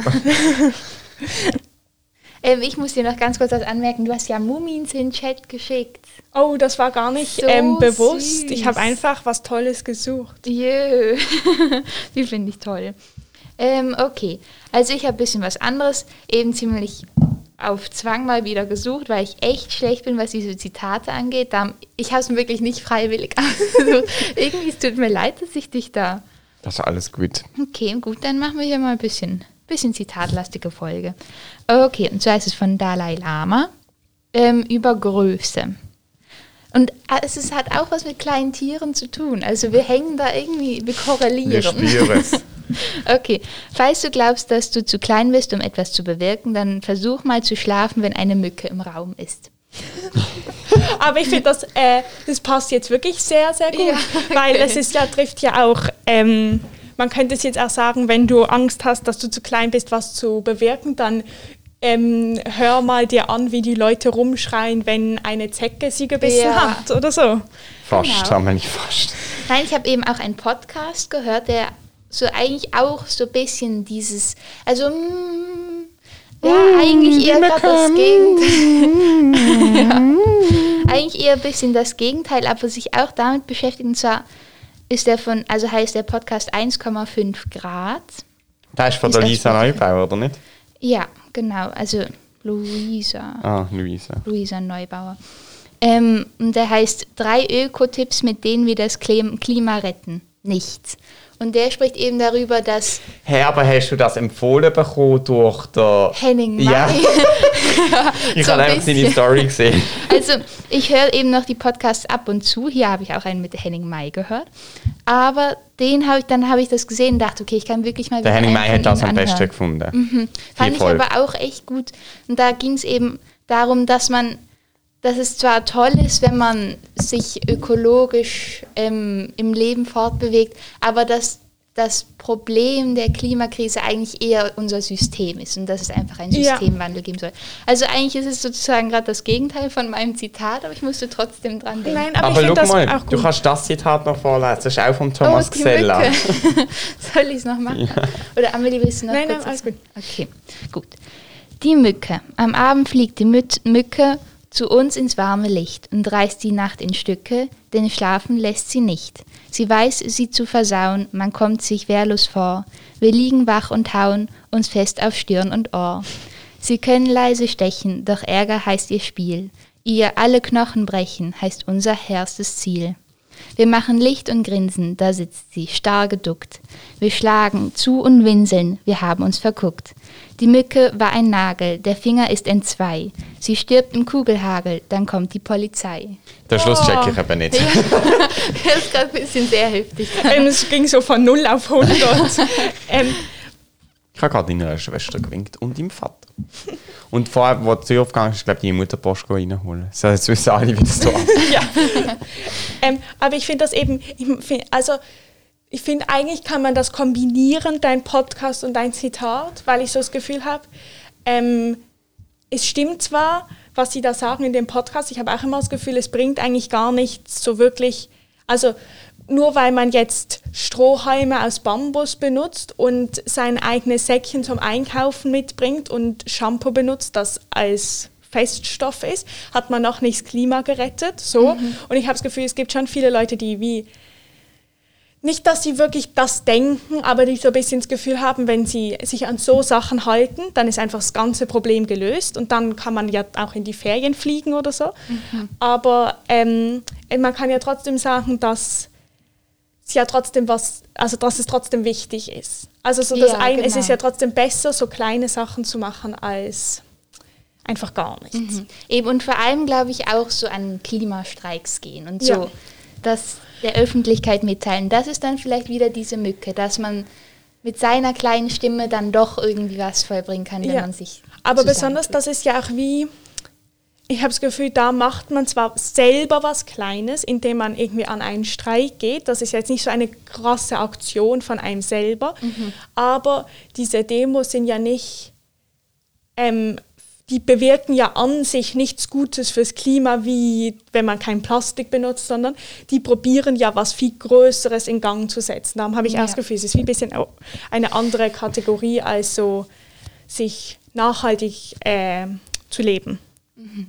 Speaker 3: ähm, ich muss dir noch ganz kurz was anmerken. Du hast ja Mumins in den Chat geschickt.
Speaker 2: Oh, das war gar nicht
Speaker 3: So
Speaker 2: ähm, bewusst. Ich
Speaker 3: süß.
Speaker 2: habe einfach was Tolles gesucht.
Speaker 3: Jö. [LAUGHS] Die finde ich toll. Ähm, okay. Also ich habe ein bisschen was anderes eben ziemlich auf Zwang mal wieder gesucht, weil ich echt schlecht bin, was diese Zitate angeht. Da, ich habe es wirklich nicht freiwillig [LAUGHS] ausgesucht. Irgendwie, es tut mir leid, dass ich dich da
Speaker 1: [LAUGHS] Das ist alles gut.
Speaker 3: Okay, gut, dann machen wir hier mal ein bisschen, bisschen zitatlastige Folge. Okay, und so heißt es von Dalai Lama ähm, über Größe. Und äh, es ist, hat auch was mit kleinen Tieren zu tun. Also wir hängen da irgendwie, wir
Speaker 1: Wir
Speaker 3: korrelieren.
Speaker 1: spüren es.
Speaker 3: [LAUGHS] Okay, falls du glaubst, dass du zu klein bist, um etwas zu bewirken, dann versuch mal zu schlafen, wenn eine Mücke im Raum ist.
Speaker 2: Aber ich finde, das, äh, das passt jetzt wirklich sehr, sehr gut.
Speaker 3: Ja,
Speaker 2: [LAUGHS] Weil es ist ja, trifft ja auch, ähm, man könnte es jetzt auch sagen, wenn du Angst hast, dass du zu klein bist, was zu bewirken, dann ähm, hör mal dir an, wie die Leute rumschreien, wenn eine Zecke sie gebissen
Speaker 3: Ja.
Speaker 2: hat oder so.
Speaker 1: Fast,
Speaker 3: Genau.
Speaker 1: haben wir nicht fast.
Speaker 3: Nein, ich habe eben auch einen Podcast gehört, der so eigentlich auch so ein bisschen dieses, also mm, ja, eigentlich eher grad das Gegenteil. ja. [LAUGHS] Eigentlich eher ein bisschen das Gegenteil, aber sich auch damit beschäftigt. Und zwar ist der von, also heißt der Podcast 1,5 Grad.
Speaker 1: Das ist von
Speaker 3: Ist
Speaker 1: der
Speaker 3: echt
Speaker 1: Lisa
Speaker 3: gut.
Speaker 1: Neubauer, oder nicht?
Speaker 3: Ja, genau. Also Luisa.
Speaker 1: Ah, Luisa.
Speaker 3: Luisa Neubauer. Ähm, und der heißt drei Ökotipps, mit denen wir das Klim- Klima retten. Nichts. Und der spricht eben darüber, dass
Speaker 1: Hey, aber hast du das empfohlen bekommen durch den...
Speaker 3: Henning
Speaker 1: Ja,
Speaker 3: May-
Speaker 1: [LAUGHS] ich
Speaker 3: so
Speaker 1: habe
Speaker 3: ein
Speaker 1: einfach seine
Speaker 3: bisschen.
Speaker 1: Story gesehen.
Speaker 3: Also, ich höre eben noch die Podcasts ab und zu. Hier habe ich auch einen mit Henning May gehört. Aber den habe ich, dann habe ich das gesehen und dachte, okay, ich kann wirklich mal
Speaker 1: Der Henning
Speaker 3: einen
Speaker 1: May
Speaker 3: von
Speaker 1: hat das
Speaker 3: ihm
Speaker 1: am besten
Speaker 3: anhören.
Speaker 1: gefunden.
Speaker 3: Fand
Speaker 1: Die
Speaker 3: ich
Speaker 1: Folge.
Speaker 3: aber auch echt gut. Und da ging es eben darum, dass man, dass es zwar toll ist, wenn man sich ökologisch ähm, im Leben fortbewegt, aber dass das Problem der Klimakrise eigentlich eher unser System ist und dass es einfach einen
Speaker 2: Ja.
Speaker 3: Systemwandel geben soll. Also eigentlich ist es sozusagen gerade das Gegenteil von meinem Zitat, aber ich musste trotzdem dran denken.
Speaker 2: Nein,
Speaker 1: Aber,
Speaker 2: aber, ich finde
Speaker 1: schau
Speaker 2: das
Speaker 1: mal,
Speaker 2: auch
Speaker 1: du
Speaker 2: gut.
Speaker 1: kannst das Zitat noch vorlesen. Das ist auch von
Speaker 3: Oh,
Speaker 1: Thomas
Speaker 3: die
Speaker 1: Gesella.
Speaker 3: Mücke. [LAUGHS] Soll ich es noch machen? Oder Amelie, willst du noch
Speaker 2: Nein,
Speaker 3: kurz
Speaker 2: nein, alles
Speaker 3: was- Okay, gut. Die Mücke. Am Abend fliegt die Müt- Mücke zu uns ins warme Licht und reißt die Nacht in Stücke, denn schlafen lässt sie nicht. Sie weiß, sie zu versauen, man kommt sich wehrlos vor. Wir liegen wach und hauen uns fest auf Stirn und Ohr. Sie können leise stechen, doch Ärger heißt ihr Spiel. Ihr alle Knochen brechen heißt unser herstes Ziel. Wir machen Licht und grinsen, da sitzt sie, starr geduckt. Wir schlagen zu und winseln, wir haben uns verguckt. Die Mücke war ein Nagel, der Finger ist entzwei. Sie stirbt im Kugelhagel, dann kommt die Polizei.
Speaker 1: Den Schluss
Speaker 2: Oh.
Speaker 1: checke ich eben nicht.
Speaker 3: Das ist gerade ein bisschen sehr heftig.
Speaker 2: Ähm, es ging so von 0 auf [LAUGHS] 100. ähm,
Speaker 1: Ich habe gerade deiner Schwester gewinkt und deinem Vater. Und vor allem, als die Tür aufgegangen ist, glaube ich, die Mutter Post reinholen. So, jetzt wissen alle, wie das so abgeht.
Speaker 2: ja. ähm, aber ich finde das eben, ich find, also ich finde eigentlich kann man das kombinieren, dein Podcast und dein Zitat, weil ich so das Gefühl habe, ähm, es stimmt zwar, was sie da sagen in dem Podcast, ich habe auch immer das Gefühl, es bringt eigentlich gar nichts so wirklich, also nur weil man jetzt Strohhalme aus Bambus benutzt und sein eigenes Säckchen zum Einkaufen mitbringt und Shampoo benutzt, das als Feststoff ist, hat man noch nicht das Klima gerettet. So. Und ich habe das Gefühl, es gibt schon viele Leute, die wie nicht, dass sie wirklich das denken, aber die so ein bisschen das Gefühl haben, wenn sie sich an so Sachen halten, dann ist einfach das ganze Problem gelöst und dann kann man ja auch in die Ferien fliegen oder so.
Speaker 3: Mhm.
Speaker 2: Aber ähm, man kann ja trotzdem sagen, dass es ja trotzdem was, also dass es trotzdem wichtig ist. Also so das
Speaker 3: Ja,
Speaker 2: eine, es ist
Speaker 3: genau.
Speaker 2: ja trotzdem besser, so kleine Sachen zu machen als einfach gar nichts.
Speaker 3: Eben und vor allem glaube ich auch so an Klimastreiks gehen und so
Speaker 2: Ja.
Speaker 3: das der Öffentlichkeit mitteilen. Das ist dann vielleicht wieder diese Mücke, dass man mit seiner kleinen Stimme dann doch irgendwie was vollbringen kann, wenn
Speaker 2: Ja.
Speaker 3: man sich.
Speaker 2: Aber
Speaker 3: zusammentut.
Speaker 2: besonders, das ist ja auch wie, ich habe das Gefühl, da macht man zwar selber was Kleines, indem man irgendwie an einen Streik geht. Das ist jetzt nicht so eine krasse Aktion von einem selber,
Speaker 3: Mhm.
Speaker 2: aber diese Demos sind ja nicht, ähm, die bewirken ja an sich nichts Gutes fürs Klima, wie wenn man kein Plastik benutzt, sondern die probieren ja was viel Größeres in Gang zu setzen. Darum habe ich auch das
Speaker 3: Ja.
Speaker 2: Gefühl, es ist wie ein bisschen au- eine andere Kategorie als so sich nachhaltig äh, zu leben.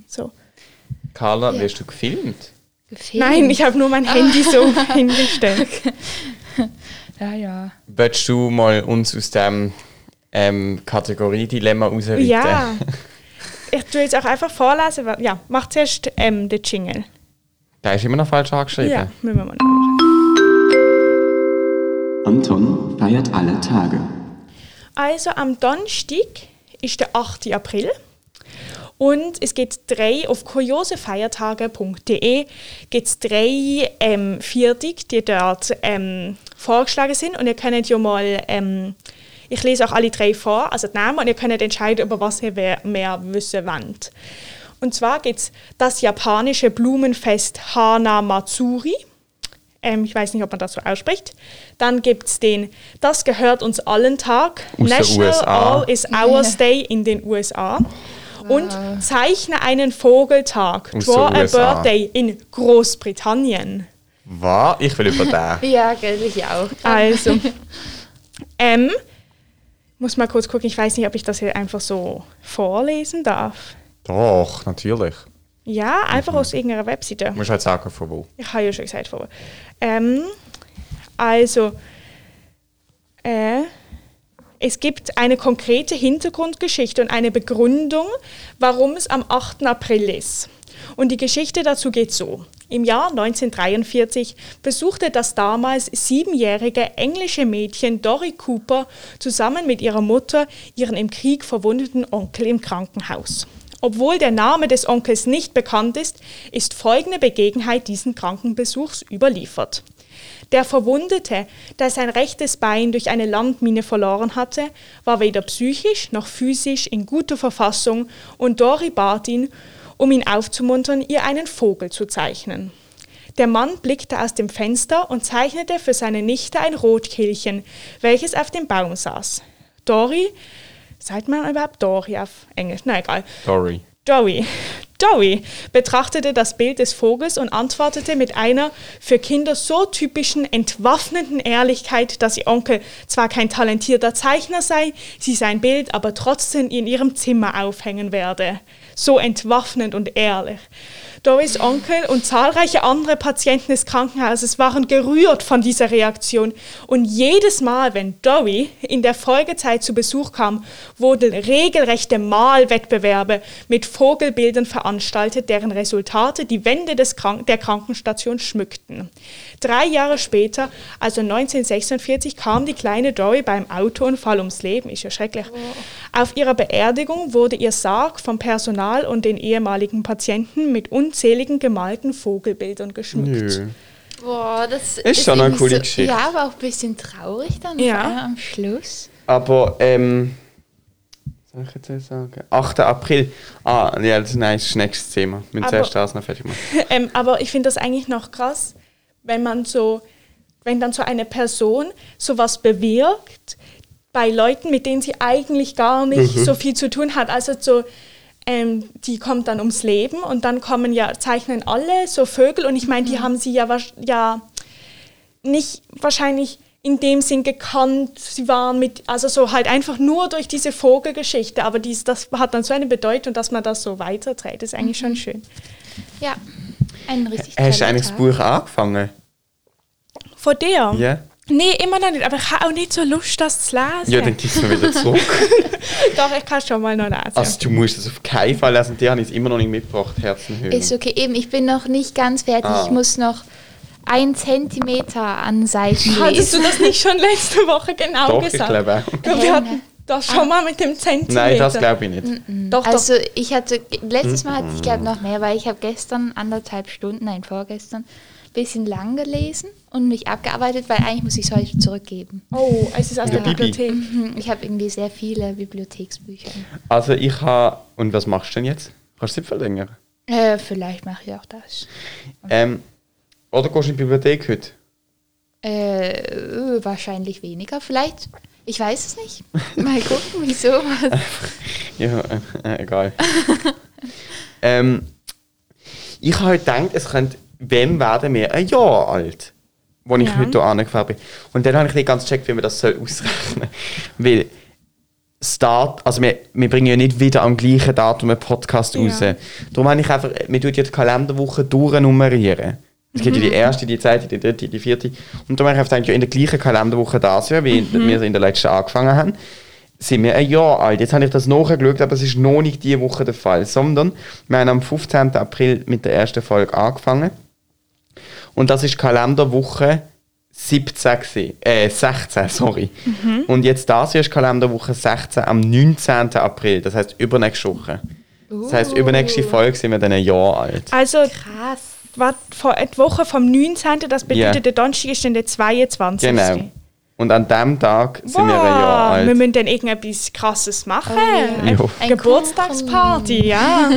Speaker 2: So.
Speaker 1: [LAUGHS] Carla, wirst du gefilmt?
Speaker 3: Gefehlt.
Speaker 2: Nein, ich habe nur mein Handy so hingestellt.
Speaker 3: Ja, ja.
Speaker 1: Willst du mal uns aus dem ähm, Kategorie-Dilemma rausreiten?
Speaker 2: Ja. Ich tue jetzt auch einfach vorlesen. weil- Ja, mach zuerst ähm, den Jingle.
Speaker 1: Der ist immer noch falsch angeschrieben.
Speaker 2: Ja, müssen wir mal nachmachen.
Speaker 4: Anton feiert alle Tage.
Speaker 2: Also am Donnerstag ist der 8. April und es gibt drei, auf kuriosefeiertage.de gibt es drei ähm, Viertig, die dort ähm, vorgeschlagen sind und ihr könnt ja mal, ähm, ich lese auch alle drei vor, also die Namen und ihr könnt entscheiden, über was ihr wer- mehr wissen wollt. Und zwar gibt es das japanische Blumenfest Hana Matsuri. Ähm, ich weiß nicht, ob man das so ausspricht. Dann gibt es den Das gehört uns allen Tag.
Speaker 1: Aus den
Speaker 2: National
Speaker 1: USA.
Speaker 2: All is Ours Day in den USA. Und Zeichne einen Vogeltag.
Speaker 1: Aus den
Speaker 2: Draw a
Speaker 1: USA.
Speaker 2: Birthday in Großbritannien.
Speaker 1: Was? Ich will über den.
Speaker 3: [LAUGHS] Ja, gell, ich auch.
Speaker 2: Also, ähm, muss mal kurz gucken. Ich weiß nicht, ob ich das hier einfach so vorlesen darf.
Speaker 1: Doch, natürlich.
Speaker 2: Ja, einfach aus irgendeiner Webseite.
Speaker 1: Du musst halt sagen, von wo.
Speaker 2: Ich habe ja schon gesagt vorher. Ähm, also, äh, Es gibt eine konkrete Hintergrundgeschichte und eine Begründung, warum es am 8. April ist. Und die Geschichte dazu geht so. Im Jahr 1943 besuchte das damals siebenjährige englische Mädchen Dorry Cooper zusammen mit ihrer Mutter ihren im Krieg verwundeten Onkel im Krankenhaus. Obwohl der Name des Onkels nicht bekannt ist, ist folgende Begebenheit diesen Krankenbesuchs überliefert. Der Verwundete, der sein rechtes Bein durch eine Landmine verloren hatte, war weder psychisch noch physisch in guter Verfassung und Dori bat ihn, um ihn aufzumuntern, ihr einen Vogel zu zeichnen. Der Mann blickte aus dem Fenster und zeichnete für seine Nichte ein Rotkehlchen, welches auf dem Baum saß. Dori, sagt man überhaupt Dori auf Englisch? Na egal.
Speaker 1: Sorry.
Speaker 2: Dowie. Dowie betrachtete das Bild des Vogels und antwortete mit einer für Kinder so typischen entwaffnenden Ehrlichkeit, dass ihr Onkel zwar kein talentierter Zeichner sei, sie sein Bild aber trotzdem in ihrem Zimmer aufhängen werde. So entwaffnend und ehrlich. Doris Onkel und zahlreiche andere Patienten des Krankenhauses waren gerührt von dieser Reaktion und jedes Mal, wenn Dowie in der Folgezeit zu Besuch kam, wurden regelrechte Malwettbewerbe mit Vogelbildern veranstaltet, deren Resultate die Wände des Krank der Krankenstation schmückten. Drei Jahre später, also 1946, kam die kleine Dory beim Autounfall ums Leben. Ist ja schrecklich. Auf ihrer Beerdigung wurde ihr Sarg vom Personal und den ehemaligen Patienten mit unzähligen gemalten Vogelbildern geschmückt.
Speaker 1: Nö.
Speaker 3: [LAUGHS] Boah, das ist,
Speaker 1: schon eine
Speaker 3: irgendwie
Speaker 1: coole
Speaker 3: so,
Speaker 1: Geschichte.
Speaker 3: Ja, aber auch ein bisschen traurig dann
Speaker 2: Ja.
Speaker 3: vor allem am Schluss.
Speaker 1: Aber, ähm. Was soll ich jetzt hier sagen? 8. April. Ah, ja, das, nein, das ist das nächste Thema. Wir müssen
Speaker 2: Aber-
Speaker 1: zuerst das noch fertig machen.
Speaker 2: [LAUGHS] Ähm, aber ich finde das eigentlich noch krass, wenn man so, wenn dann so eine Person sowas bewirkt bei Leuten, mit denen sie eigentlich gar nicht so viel zu tun hat. Also so, ähm, die kommt dann ums Leben und dann kommen ja, zeichnen alle so Vögel und ich meine, die haben sie ja, wasch- ja nicht wahrscheinlich in dem Sinn gekannt, sie waren mit, also so halt einfach nur durch diese Vogelgeschichte, aber dies, das hat dann so eine Bedeutung, dass man das so weiterträgt, ist eigentlich schon schön.
Speaker 3: Ja, ein richtig
Speaker 1: Hast du
Speaker 3: toller
Speaker 1: eigentlich das
Speaker 3: Tag.
Speaker 1: Buch angefangen?
Speaker 2: Von dir?
Speaker 1: Ja?
Speaker 2: Nee, immer noch nicht. Aber ich habe auch nicht so Lust, das zu lesen.
Speaker 1: Ja, dann gibst du wieder zurück.
Speaker 2: Doch, ich kann schon mal noch lesen.
Speaker 1: Also, du musst das auf keinen Fall lesen. Die habe ich immer noch nicht mitgebracht, Herzenhöhe.
Speaker 3: Ist okay, eben, ich bin noch nicht ganz fertig.
Speaker 1: Ah.
Speaker 3: Ich muss noch ein Zentimeter an Seiten
Speaker 2: Hattest du
Speaker 3: lesen.
Speaker 2: das nicht schon letzte Woche genau
Speaker 1: Doch, ich
Speaker 2: gesagt?
Speaker 1: glaube auch.
Speaker 2: glaube, wir hatten das schon mal mit dem Zentimeter.
Speaker 1: Nein, das glaube ich nicht.
Speaker 2: ich. Doch,
Speaker 3: Ah. Also ich hatte, letztes
Speaker 1: Hm.
Speaker 3: Mal hatte ich glaube noch mehr, weil ich habe gestern anderthalb Stunden, nein vorgestern, ein bisschen lang gelesen und mich abgearbeitet, weil eigentlich muss ich es heute zurückgeben.
Speaker 2: doch. Oh, es ist aus der
Speaker 1: Ja. Bibi.
Speaker 2: Bibliothek.
Speaker 3: Hm, Ich habe irgendwie sehr viele Bibliotheksbücher.
Speaker 1: Also, ich habe. Und was machst du denn jetzt? Kannst du sie verlängern?
Speaker 3: Äh, vielleicht mache ich auch das.
Speaker 1: Ähm, oder gehst du in die Bibliothek heute?
Speaker 3: Äh, äh, wahrscheinlich weniger, vielleicht. Ich weiß es nicht. [LAUGHS] Mal gucken, wieso.
Speaker 1: Ja, äh, äh, egal. [LAUGHS] ähm, ich habe heute gedacht, es könnte, wem werden wir ein Jahr alt, wo ich
Speaker 2: Ja.
Speaker 1: heute hier angefahren bin. Und dann habe ich nicht ganz gecheckt, wie man das soll [LAUGHS] ausrechnen soll. Weil Start, also wir, wir bringen ja nicht wieder am gleichen Datum einen Podcast
Speaker 2: Ja.
Speaker 1: raus. Darum habe ich einfach, wir tun ja die Kalenderwoche durchnummerieren. Es gibt ja die erste, die zweite, die dritte, die vierte. Und darum habe ich einfach gedacht, ja, in der gleichen Kalenderwoche das Jahr, wie wir in der letzten angefangen haben, sind wir ein Jahr alt. Jetzt habe ich das nachgeschaut, aber es ist noch nicht diese Woche der Fall, sondern wir haben am 15. April mit der ersten Folge angefangen. Und das ist Kalenderwoche 17, gewesen. äh, 16, sorry.
Speaker 2: Mhm.
Speaker 1: Und jetzt das hier ist Kalenderwoche 16 am 19. April, das heißt übernächste Woche. Das heißt, übernächste Folge sind wir dann ein Jahr alt.
Speaker 2: Also,
Speaker 3: Krass.
Speaker 2: war vor eine Woche vom 19. Das bedeutet,
Speaker 1: Ja.
Speaker 2: der Donnerstag ist dann der 22.
Speaker 1: Genau. Und an dem Tag sind wir ein Jahr
Speaker 2: Wow, wir
Speaker 1: alt.
Speaker 2: müssen dann irgendetwas Krasses machen.
Speaker 3: Oh ja.
Speaker 1: Jo.
Speaker 3: Ein
Speaker 2: Geburtstagsparty, ja.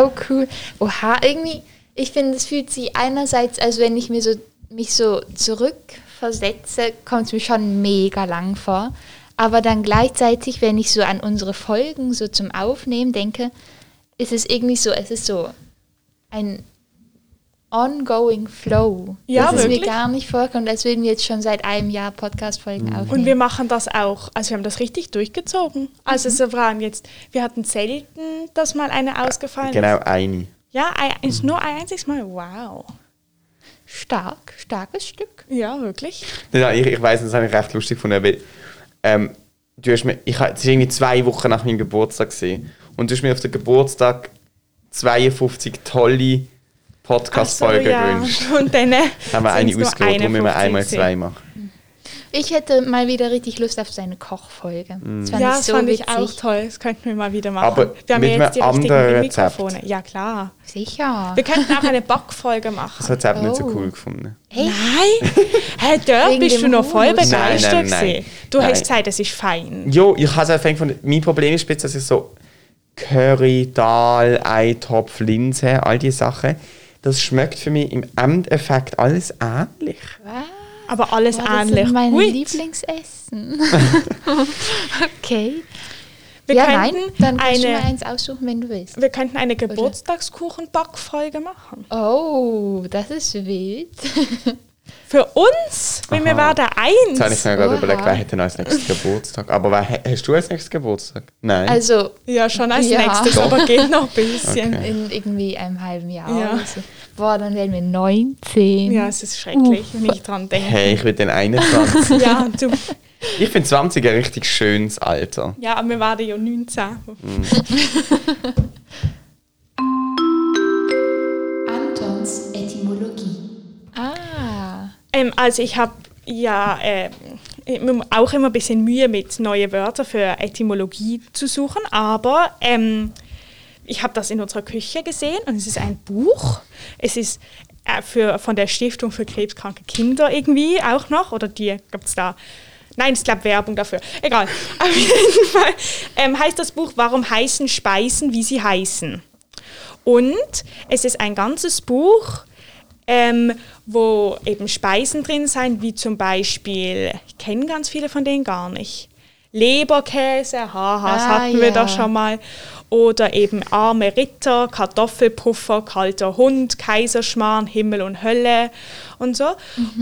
Speaker 3: Oh, cool. Oha, irgendwie, ich finde, es fühlt sich einerseits, als wenn ich mir so, mich so zurückversetze, kommt es mir schon mega lang vor. Aber dann gleichzeitig, wenn ich so an unsere Folgen so zum Aufnehmen denke, ist es irgendwie so, es ist so ein ongoing flow.
Speaker 2: Ja,
Speaker 3: dass es mir
Speaker 2: wirklich?
Speaker 3: gar nicht vorkommt, als würden wir jetzt schon seit einem Jahr Podcast-Folgen aufnehmen.
Speaker 2: Und wir machen das auch. Also wir haben das richtig durchgezogen. Also
Speaker 3: Mhm.
Speaker 2: es waren jetzt, wir hatten selten, dass mal eine ausgefallen
Speaker 1: Genau, Mhm.
Speaker 2: ist.
Speaker 1: eine.
Speaker 2: Ja, ein- ist nur ein einziges Mal. Wow.
Speaker 3: Stark, starkes Stück.
Speaker 2: Ja, wirklich.
Speaker 1: Ja, ich, ich weiß, das habe ich recht lustig gefunden, weil ähm, du hast mir, ich, ha- das war irgendwie zwei Wochen nach meinem Geburtstag. Gewesen. Und du hast mir auf den Geburtstag 52 tolle Podcast-Folgen gewünscht.
Speaker 2: Also, [LAUGHS] Und dann äh,
Speaker 1: Haben wir
Speaker 2: sind's
Speaker 1: eine
Speaker 2: nur
Speaker 1: ausgewählt, darum müssen wir
Speaker 2: 51
Speaker 1: einmal zwei
Speaker 2: gewesen.
Speaker 1: machen.
Speaker 3: Ich hätte mal wieder richtig Lust auf seine Kochfolge. Das fand
Speaker 2: Ja,
Speaker 3: ich
Speaker 2: das
Speaker 3: so
Speaker 2: fand
Speaker 3: witzig.
Speaker 2: ich auch toll. Das könnten wir mal wieder machen.
Speaker 1: Aber
Speaker 2: wir haben
Speaker 1: mit
Speaker 2: ja jetzt die
Speaker 1: einem anderen
Speaker 2: richtigen
Speaker 1: Rezept.
Speaker 2: Mikrofone. Ja, klar.
Speaker 3: Sicher.
Speaker 2: Wir könnten auch
Speaker 3: [LAUGHS]
Speaker 2: eine Backfolge machen.
Speaker 1: Das hat Sepp nicht so
Speaker 3: Oh.
Speaker 1: cool gefunden. [LAUGHS]
Speaker 2: Nein! Hä, dort
Speaker 3: Wegen
Speaker 2: bist
Speaker 3: dem
Speaker 2: du noch voll
Speaker 3: Humus.
Speaker 2: begeistert.
Speaker 1: Nein, nein, nein.
Speaker 2: gewesen. Du
Speaker 1: Nein.
Speaker 2: hast gesagt, es ist fein.
Speaker 1: Jo, ich habe es angefangen von. Mein Problem ist jetzt, dass ich so Curry, Dahl, Eintopf, Linse, all diese Sachen, das schmeckt für mich im Endeffekt alles ähnlich.
Speaker 2: Aber alles
Speaker 3: Boah, das
Speaker 2: ähnlich.
Speaker 3: sind meine
Speaker 2: Gut. [LAUGHS]
Speaker 3: Lieblingsessen. okay.
Speaker 2: Wir,
Speaker 3: ja, nein,
Speaker 2: könnten
Speaker 3: dann kannst du mir
Speaker 2: eine,
Speaker 3: eins aussuchen, wenn du willst.
Speaker 2: wir könnten eine Geburtstagskuchen-Backfolge machen.
Speaker 3: Oh, das ist wild. [LAUGHS]
Speaker 2: Für uns, wenn wir
Speaker 1: Aha.
Speaker 2: werden
Speaker 1: Jetzt habe ich
Speaker 2: eins.
Speaker 1: mir gerade
Speaker 3: Oha.
Speaker 1: überlegt, wer hätte denn als nächstes Geburtstag? Aber wer, hä- hast du als nächstes Geburtstag? Nein.
Speaker 3: Also
Speaker 2: Ja, schon als
Speaker 3: Ja.
Speaker 2: nächstes,
Speaker 1: Doch.
Speaker 2: aber geht noch ein bisschen.
Speaker 1: Okay.
Speaker 3: in irgendwie einem halben Jahr.
Speaker 2: Ja.
Speaker 3: Oder so. Boah, dann werden wir 19.
Speaker 2: Ja, es ist schrecklich, wenn ich dran denke.
Speaker 1: hey, ich will den 21.
Speaker 2: Ja, du,
Speaker 1: ich finde 20 ein richtig schönes Alter.
Speaker 2: ja, aber wir waren ja 19.
Speaker 5: Antons Etymologie.
Speaker 3: Ah.
Speaker 2: Ähm, also ich habe ja ähm, ich hab auch immer ein bisschen Mühe mit neuen Wörtern für Etymologie zu suchen, aber ähm, ich habe das in unserer Küche gesehen und es ist ein Buch. Es ist äh, für, von der Stiftung für krebskranke Kinder irgendwie auch noch, oder die gibt es da. Nein, es gab Werbung dafür. Egal. [LAUGHS] Auf jeden Fall ähm, heißt das Buch Warum heißen Speisen, wie sie heißen. Und es ist ein ganzes Buch, ähm, wo eben Speisen drin sein, wie zum Beispiel, ich kenne ganz viele von denen gar nicht. Leberkäse, haha, das
Speaker 3: Ah,
Speaker 2: hatten wir
Speaker 3: ja.
Speaker 2: da schon mal. Oder eben arme Ritter, Kartoffelpuffer, kalter Hund, Kaiserschmarrn, Himmel und Hölle und so.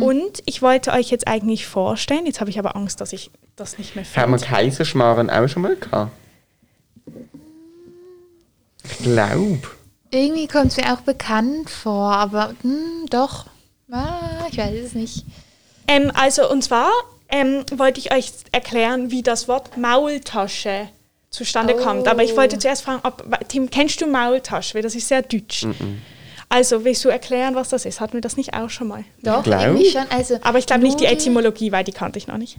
Speaker 2: Und ich wollte euch jetzt eigentlich vorstellen, jetzt habe ich aber Angst, dass ich das nicht mehr
Speaker 1: Haben wir
Speaker 2: finde.
Speaker 1: Kaiserschmarren auch schon mal gehabt? Ich glaube.
Speaker 3: Irgendwie kommt es mir auch bekannt vor, aber hm, doch. Ah, ich weiß es nicht.
Speaker 2: Ähm, also, und zwar ähm, wollte ich euch erklären, wie das Wort Maultasche zustande
Speaker 3: Oh.
Speaker 2: kommt. Aber ich wollte zuerst fragen, ob, Tim, kennst du Maultasche? Weil das ist sehr deutsch. Also, willst du erklären, was das ist? Hatten wir das nicht auch schon mal?
Speaker 3: Doch,
Speaker 1: Glaub?
Speaker 3: irgendwie schon. Also
Speaker 2: Aber ich glaube nicht die
Speaker 3: Nudeln-
Speaker 2: Etymologie, weil die kannte ich noch nicht.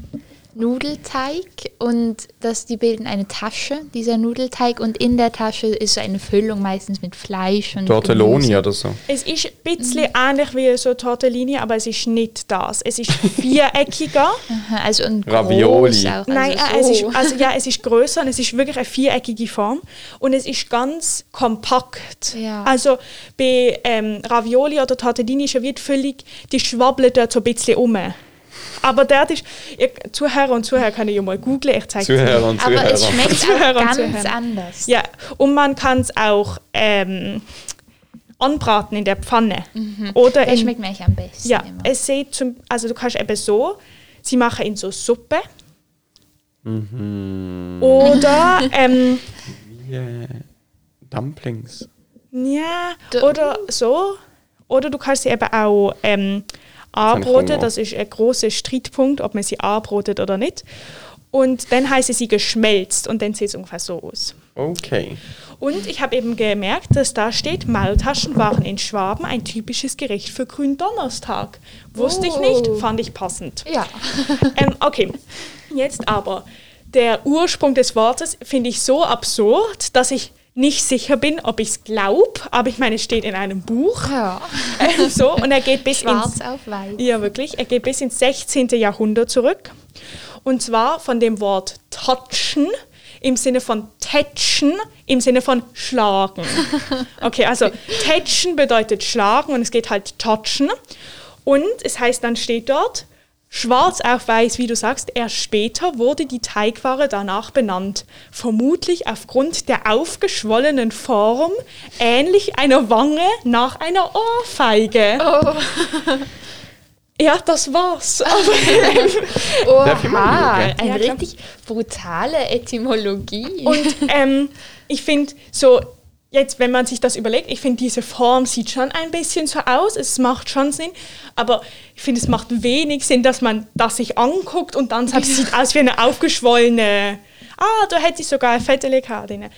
Speaker 3: Nudelteig und das, die bilden eine Tasche, dieser Nudelteig. Und in der Tasche ist so eine Füllung meistens mit Fleisch und
Speaker 1: Tortelloni
Speaker 3: Gemüse.
Speaker 1: oder so.
Speaker 2: Es ist ein bisschen
Speaker 3: Mhm.
Speaker 2: ähnlich wie so Tortellini, aber es ist nicht das. Es
Speaker 3: [LAUGHS]
Speaker 2: ist viereckiger.
Speaker 3: Aha, Also und
Speaker 1: Ravioli.
Speaker 3: Groß auch, also
Speaker 2: Nein, äh,
Speaker 3: so.
Speaker 2: es ist, also ja, es ist größer und es ist wirklich eine viereckige Form und es ist ganz kompakt.
Speaker 3: Ja.
Speaker 2: Also bei ähm, Ravioli oder Tortellini ist ja wie die Füllung, die schwabbeln dort so ein bisschen um. Aber dort ist, ihr Zuhörer und Zuhörer können ja mal googlen, ich zeige
Speaker 1: [LAUGHS]
Speaker 2: es
Speaker 1: Zuhörer
Speaker 2: Ihnen.
Speaker 1: und
Speaker 3: aber
Speaker 1: Zuhörer.
Speaker 3: es schmeckt auch
Speaker 2: Zuhörer um und
Speaker 3: ganz
Speaker 2: Zuhörer.
Speaker 3: anders.
Speaker 2: Ja, und man kann es auch ähm, anbraten in der Pfanne. Oder
Speaker 3: Mhm. Das
Speaker 2: in-
Speaker 3: schmeckt mir eigentlich am besten.
Speaker 2: ja,
Speaker 3: immer.
Speaker 2: es sieht zum, also du kannst eben so, sie machen in so Suppe.
Speaker 1: Mhm. [LAUGHS]
Speaker 2: Oder, ähm,
Speaker 1: Yeah. Dumplings.
Speaker 2: ja,
Speaker 3: Du-
Speaker 2: oder so. Oder du kannst sie eben auch ähm,
Speaker 1: habe ich
Speaker 2: anbroten.
Speaker 1: Hunger.
Speaker 2: Das ist ein großer Streitpunkt, ob man sie anbrotet oder nicht. Und dann heißt sie geschmelzt und dann sieht es ungefähr so aus.
Speaker 1: Okay.
Speaker 2: Und ich habe eben gemerkt, dass da steht, Maultaschen waren in Schwaben ein typisches Gericht für Gründonnerstag. Wusste ich nicht,
Speaker 3: Oh.
Speaker 2: fand ich passend.
Speaker 3: ja.
Speaker 2: [LAUGHS] ähm, okay, jetzt aber. Der Ursprung des Wortes finde ich so absurd, dass ich nicht sicher bin, ob ich es glaube. Aber ich meine, es steht in einem Buch.
Speaker 3: ja.
Speaker 2: Ähm, so, und er geht bis
Speaker 3: Schwarz
Speaker 2: ins,
Speaker 3: auf weiß.
Speaker 2: ja, wirklich, er geht bis ins 16. Jahrhundert zurück. Und zwar von dem Wort touchen im Sinne von tätschen, im Sinne von
Speaker 3: [LAUGHS]
Speaker 2: schlagen. Okay, also tätschen bedeutet schlagen und es geht halt touchen. Und es heißt, dann steht dort, schwarz auf weiß, wie du sagst, erst später wurde die Teigware danach benannt. Vermutlich aufgrund der aufgeschwollenen Form, ähnlich einer Wange nach einer
Speaker 3: Oh.
Speaker 2: Ohrfeige. Ja, das
Speaker 3: [LAUGHS]
Speaker 2: war's.
Speaker 1: Darf ich mal
Speaker 3: Oha,
Speaker 1: googeln?
Speaker 3: eine
Speaker 2: Ja, klar.
Speaker 3: richtig brutale Etymologie.
Speaker 2: Und ähm, ich finde, so jetzt, wenn man sich das überlegt, ich finde, diese Form sieht schon ein bisschen so aus, es macht schon Sinn, aber ich finde, es macht wenig Sinn, dass man das sich anguckt und dann sagt, es sieht aus wie eine aufgeschwollene, ah, da hätte ich sogar eine fette Lekadine.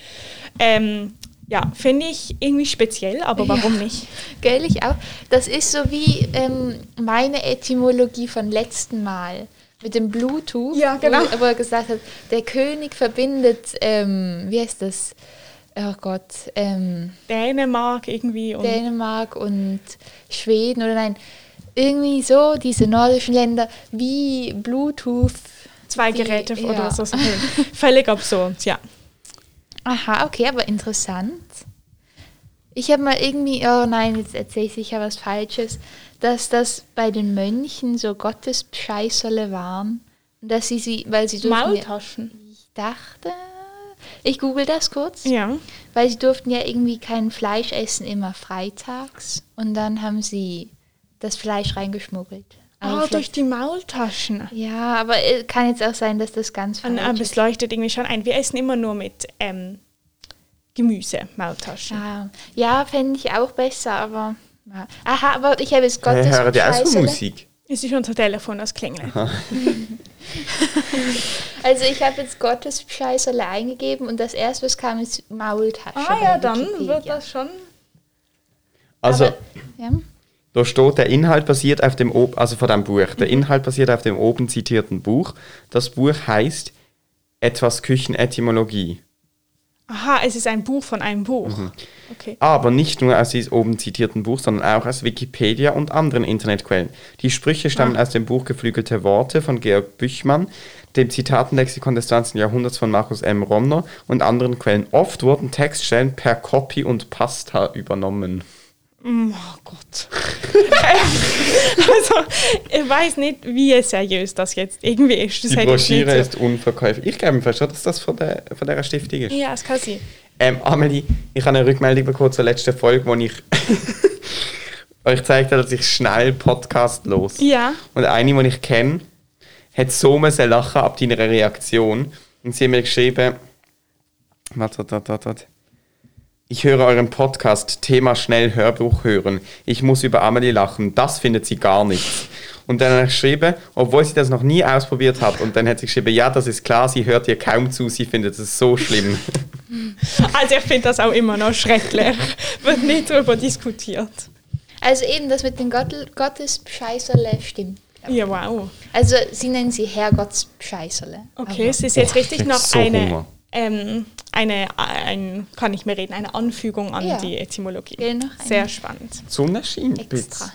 Speaker 2: Ähm, ja, finde ich irgendwie speziell, aber warum nicht?
Speaker 3: Gell, ich auch. Das ist so wie ähm, meine Etymologie von letzten Mal mit dem Bluetooth,
Speaker 2: Ja, genau.
Speaker 3: wo, wo er gesagt hat, der König verbindet, ähm, wie heißt das? Oh Gott, ähm,
Speaker 2: Dänemark irgendwie und
Speaker 3: Dänemark und Schweden oder nein, irgendwie so diese nordischen Länder wie Bluetooth.
Speaker 2: zwei
Speaker 3: die-
Speaker 2: Geräte
Speaker 3: ja.
Speaker 2: oder
Speaker 3: [LAUGHS]
Speaker 2: so. so viel. Völlig absurd, ja.
Speaker 3: Aha, okay, aber interessant. Ich habe mal irgendwie, oh nein, jetzt erzähle ich sicher was Falsches, dass das bei den Mönchen so Gottesscheißerle waren. Und dass sie sie, weil sie durften.
Speaker 2: Maultaschen.
Speaker 3: Ja, ich dachte. Ich google das kurz.
Speaker 2: Ja.
Speaker 3: Weil sie durften ja irgendwie kein Fleisch essen, immer freitags. Und dann haben sie das Fleisch reingeschmuggelt. Aber
Speaker 2: Ah,
Speaker 3: vielleicht-
Speaker 2: durch die Maultaschen.
Speaker 3: Ja, aber äh, kann jetzt auch sein, dass das ganz falsch
Speaker 2: Und, aber
Speaker 3: ist.
Speaker 2: äh, es leuchtet irgendwie schon ein. Wir essen immer nur mit ähm, Gemüse, Maultaschen.
Speaker 3: Ah, ja, fände ich auch besser, aber. Ja. Aha, aber ich habe jetzt Gottes.
Speaker 1: Hey, hört ihr auch so
Speaker 3: Scheißerle.
Speaker 1: Musik?
Speaker 2: Es ist unser Telefon, das klingelt.
Speaker 3: Also ich habe jetzt Gottes Scheißerle eingegeben und das erste, was kam, ist Maultasche.
Speaker 2: Ah
Speaker 3: bei
Speaker 2: ja, dann
Speaker 3: Wikipedia.
Speaker 2: wird das schon.
Speaker 1: Also,
Speaker 3: Ja.
Speaker 1: da steht, der Inhalt basiert auf dem, ob also von dem Buch,
Speaker 3: Mhm.
Speaker 1: der Inhalt basiert auf dem oben zitierten Buch. Das Buch heißt etwas Küchenetymologie.
Speaker 2: Aha, es ist ein Buch von einem Buch.
Speaker 1: Mhm.
Speaker 2: Okay.
Speaker 1: Aber nicht nur aus diesem oben zitierten Buch, sondern auch aus Wikipedia und anderen Internetquellen. Die Sprüche stammen aus dem Buch Geflügelte Worte von Georg Büchmann, dem Zitatenlexikon des 20. Jahrhunderts von Markus M. Romner und anderen Quellen. Oft wurden Textstellen per Copy und Pasta übernommen.
Speaker 2: Oh Gott. [LAUGHS] also, ich weiß nicht, wie seriös das jetzt irgendwie ist. Das
Speaker 1: Die
Speaker 2: hätte ich nicht
Speaker 1: Broschüre
Speaker 2: so-
Speaker 1: ist unverkäuflich. Ich glaube mir schon, dass das von der, von der Stiftung ist.
Speaker 2: Ja, es kann sein.
Speaker 1: Ähm, Amelie, ich habe eine Rückmeldung bekommen zur letzten Folge, wo ich [LAUGHS] euch gezeigt habe, dass ich schnell Podcast los.
Speaker 2: Ja.
Speaker 1: Und eine, die ich kenne, hat so müssen lachen ab deiner Reaktion. Und sie hat mir geschrieben, warte, warte, warte, warte, warte. Ich höre euren Podcast, Thema schnell Hörbuch hören. Ich muss über Amelie lachen. Das findet sie gar nichts. Und dann habe ich geschrieben, obwohl sie das noch nie ausprobiert hat. Und dann hat sie geschrieben, ja, das ist klar, sie hört ihr kaum zu, sie findet es so schlimm.
Speaker 2: Also, ich finde das auch immer noch schrecklich. [LAUGHS] Wird nicht darüber diskutiert.
Speaker 3: Also eben das mit den Gottel- Gottes Scheißerle stimmt.
Speaker 2: Ja, wow.
Speaker 3: Also sie nennen sie Herrgotts Also Scheißerle.
Speaker 2: Okay, es ist jetzt richtig
Speaker 1: Also, krieg
Speaker 2: noch
Speaker 1: so
Speaker 2: eine,
Speaker 1: Hunger.
Speaker 2: ähm, eine ein, kann ich mir reden, eine Anfügung an
Speaker 3: Ja.
Speaker 2: die Etymologie.
Speaker 3: Gell, noch eine.
Speaker 2: Sehr spannend.
Speaker 1: Die Sonne scheint ein
Speaker 3: Extra.
Speaker 1: bisschen.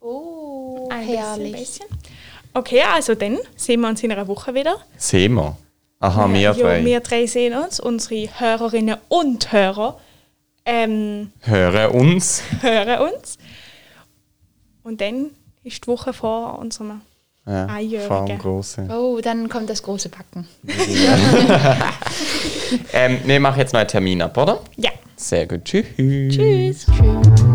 Speaker 3: Oh,
Speaker 2: Ein bisschen,
Speaker 3: herrlich.
Speaker 2: bisschen. Okay, also dann sehen wir uns in einer Woche wieder.
Speaker 1: Sehen wir. Aha, wir
Speaker 2: Jo,
Speaker 1: drei.
Speaker 2: wir drei sehen uns, unsere Hörerinnen und Hörer ähm,
Speaker 1: Hören uns.
Speaker 2: hören uns. Und dann ist die Woche vor unserem
Speaker 1: Ja,
Speaker 2: Einjährige.
Speaker 1: vor allem große.
Speaker 3: Oh, dann kommt das große Backen.
Speaker 1: Ähm, wir machen jetzt noch einen Termin ab, oder?
Speaker 2: Ja.
Speaker 1: Sehr gut. Tschüss.
Speaker 3: Tschüss. Tschüss.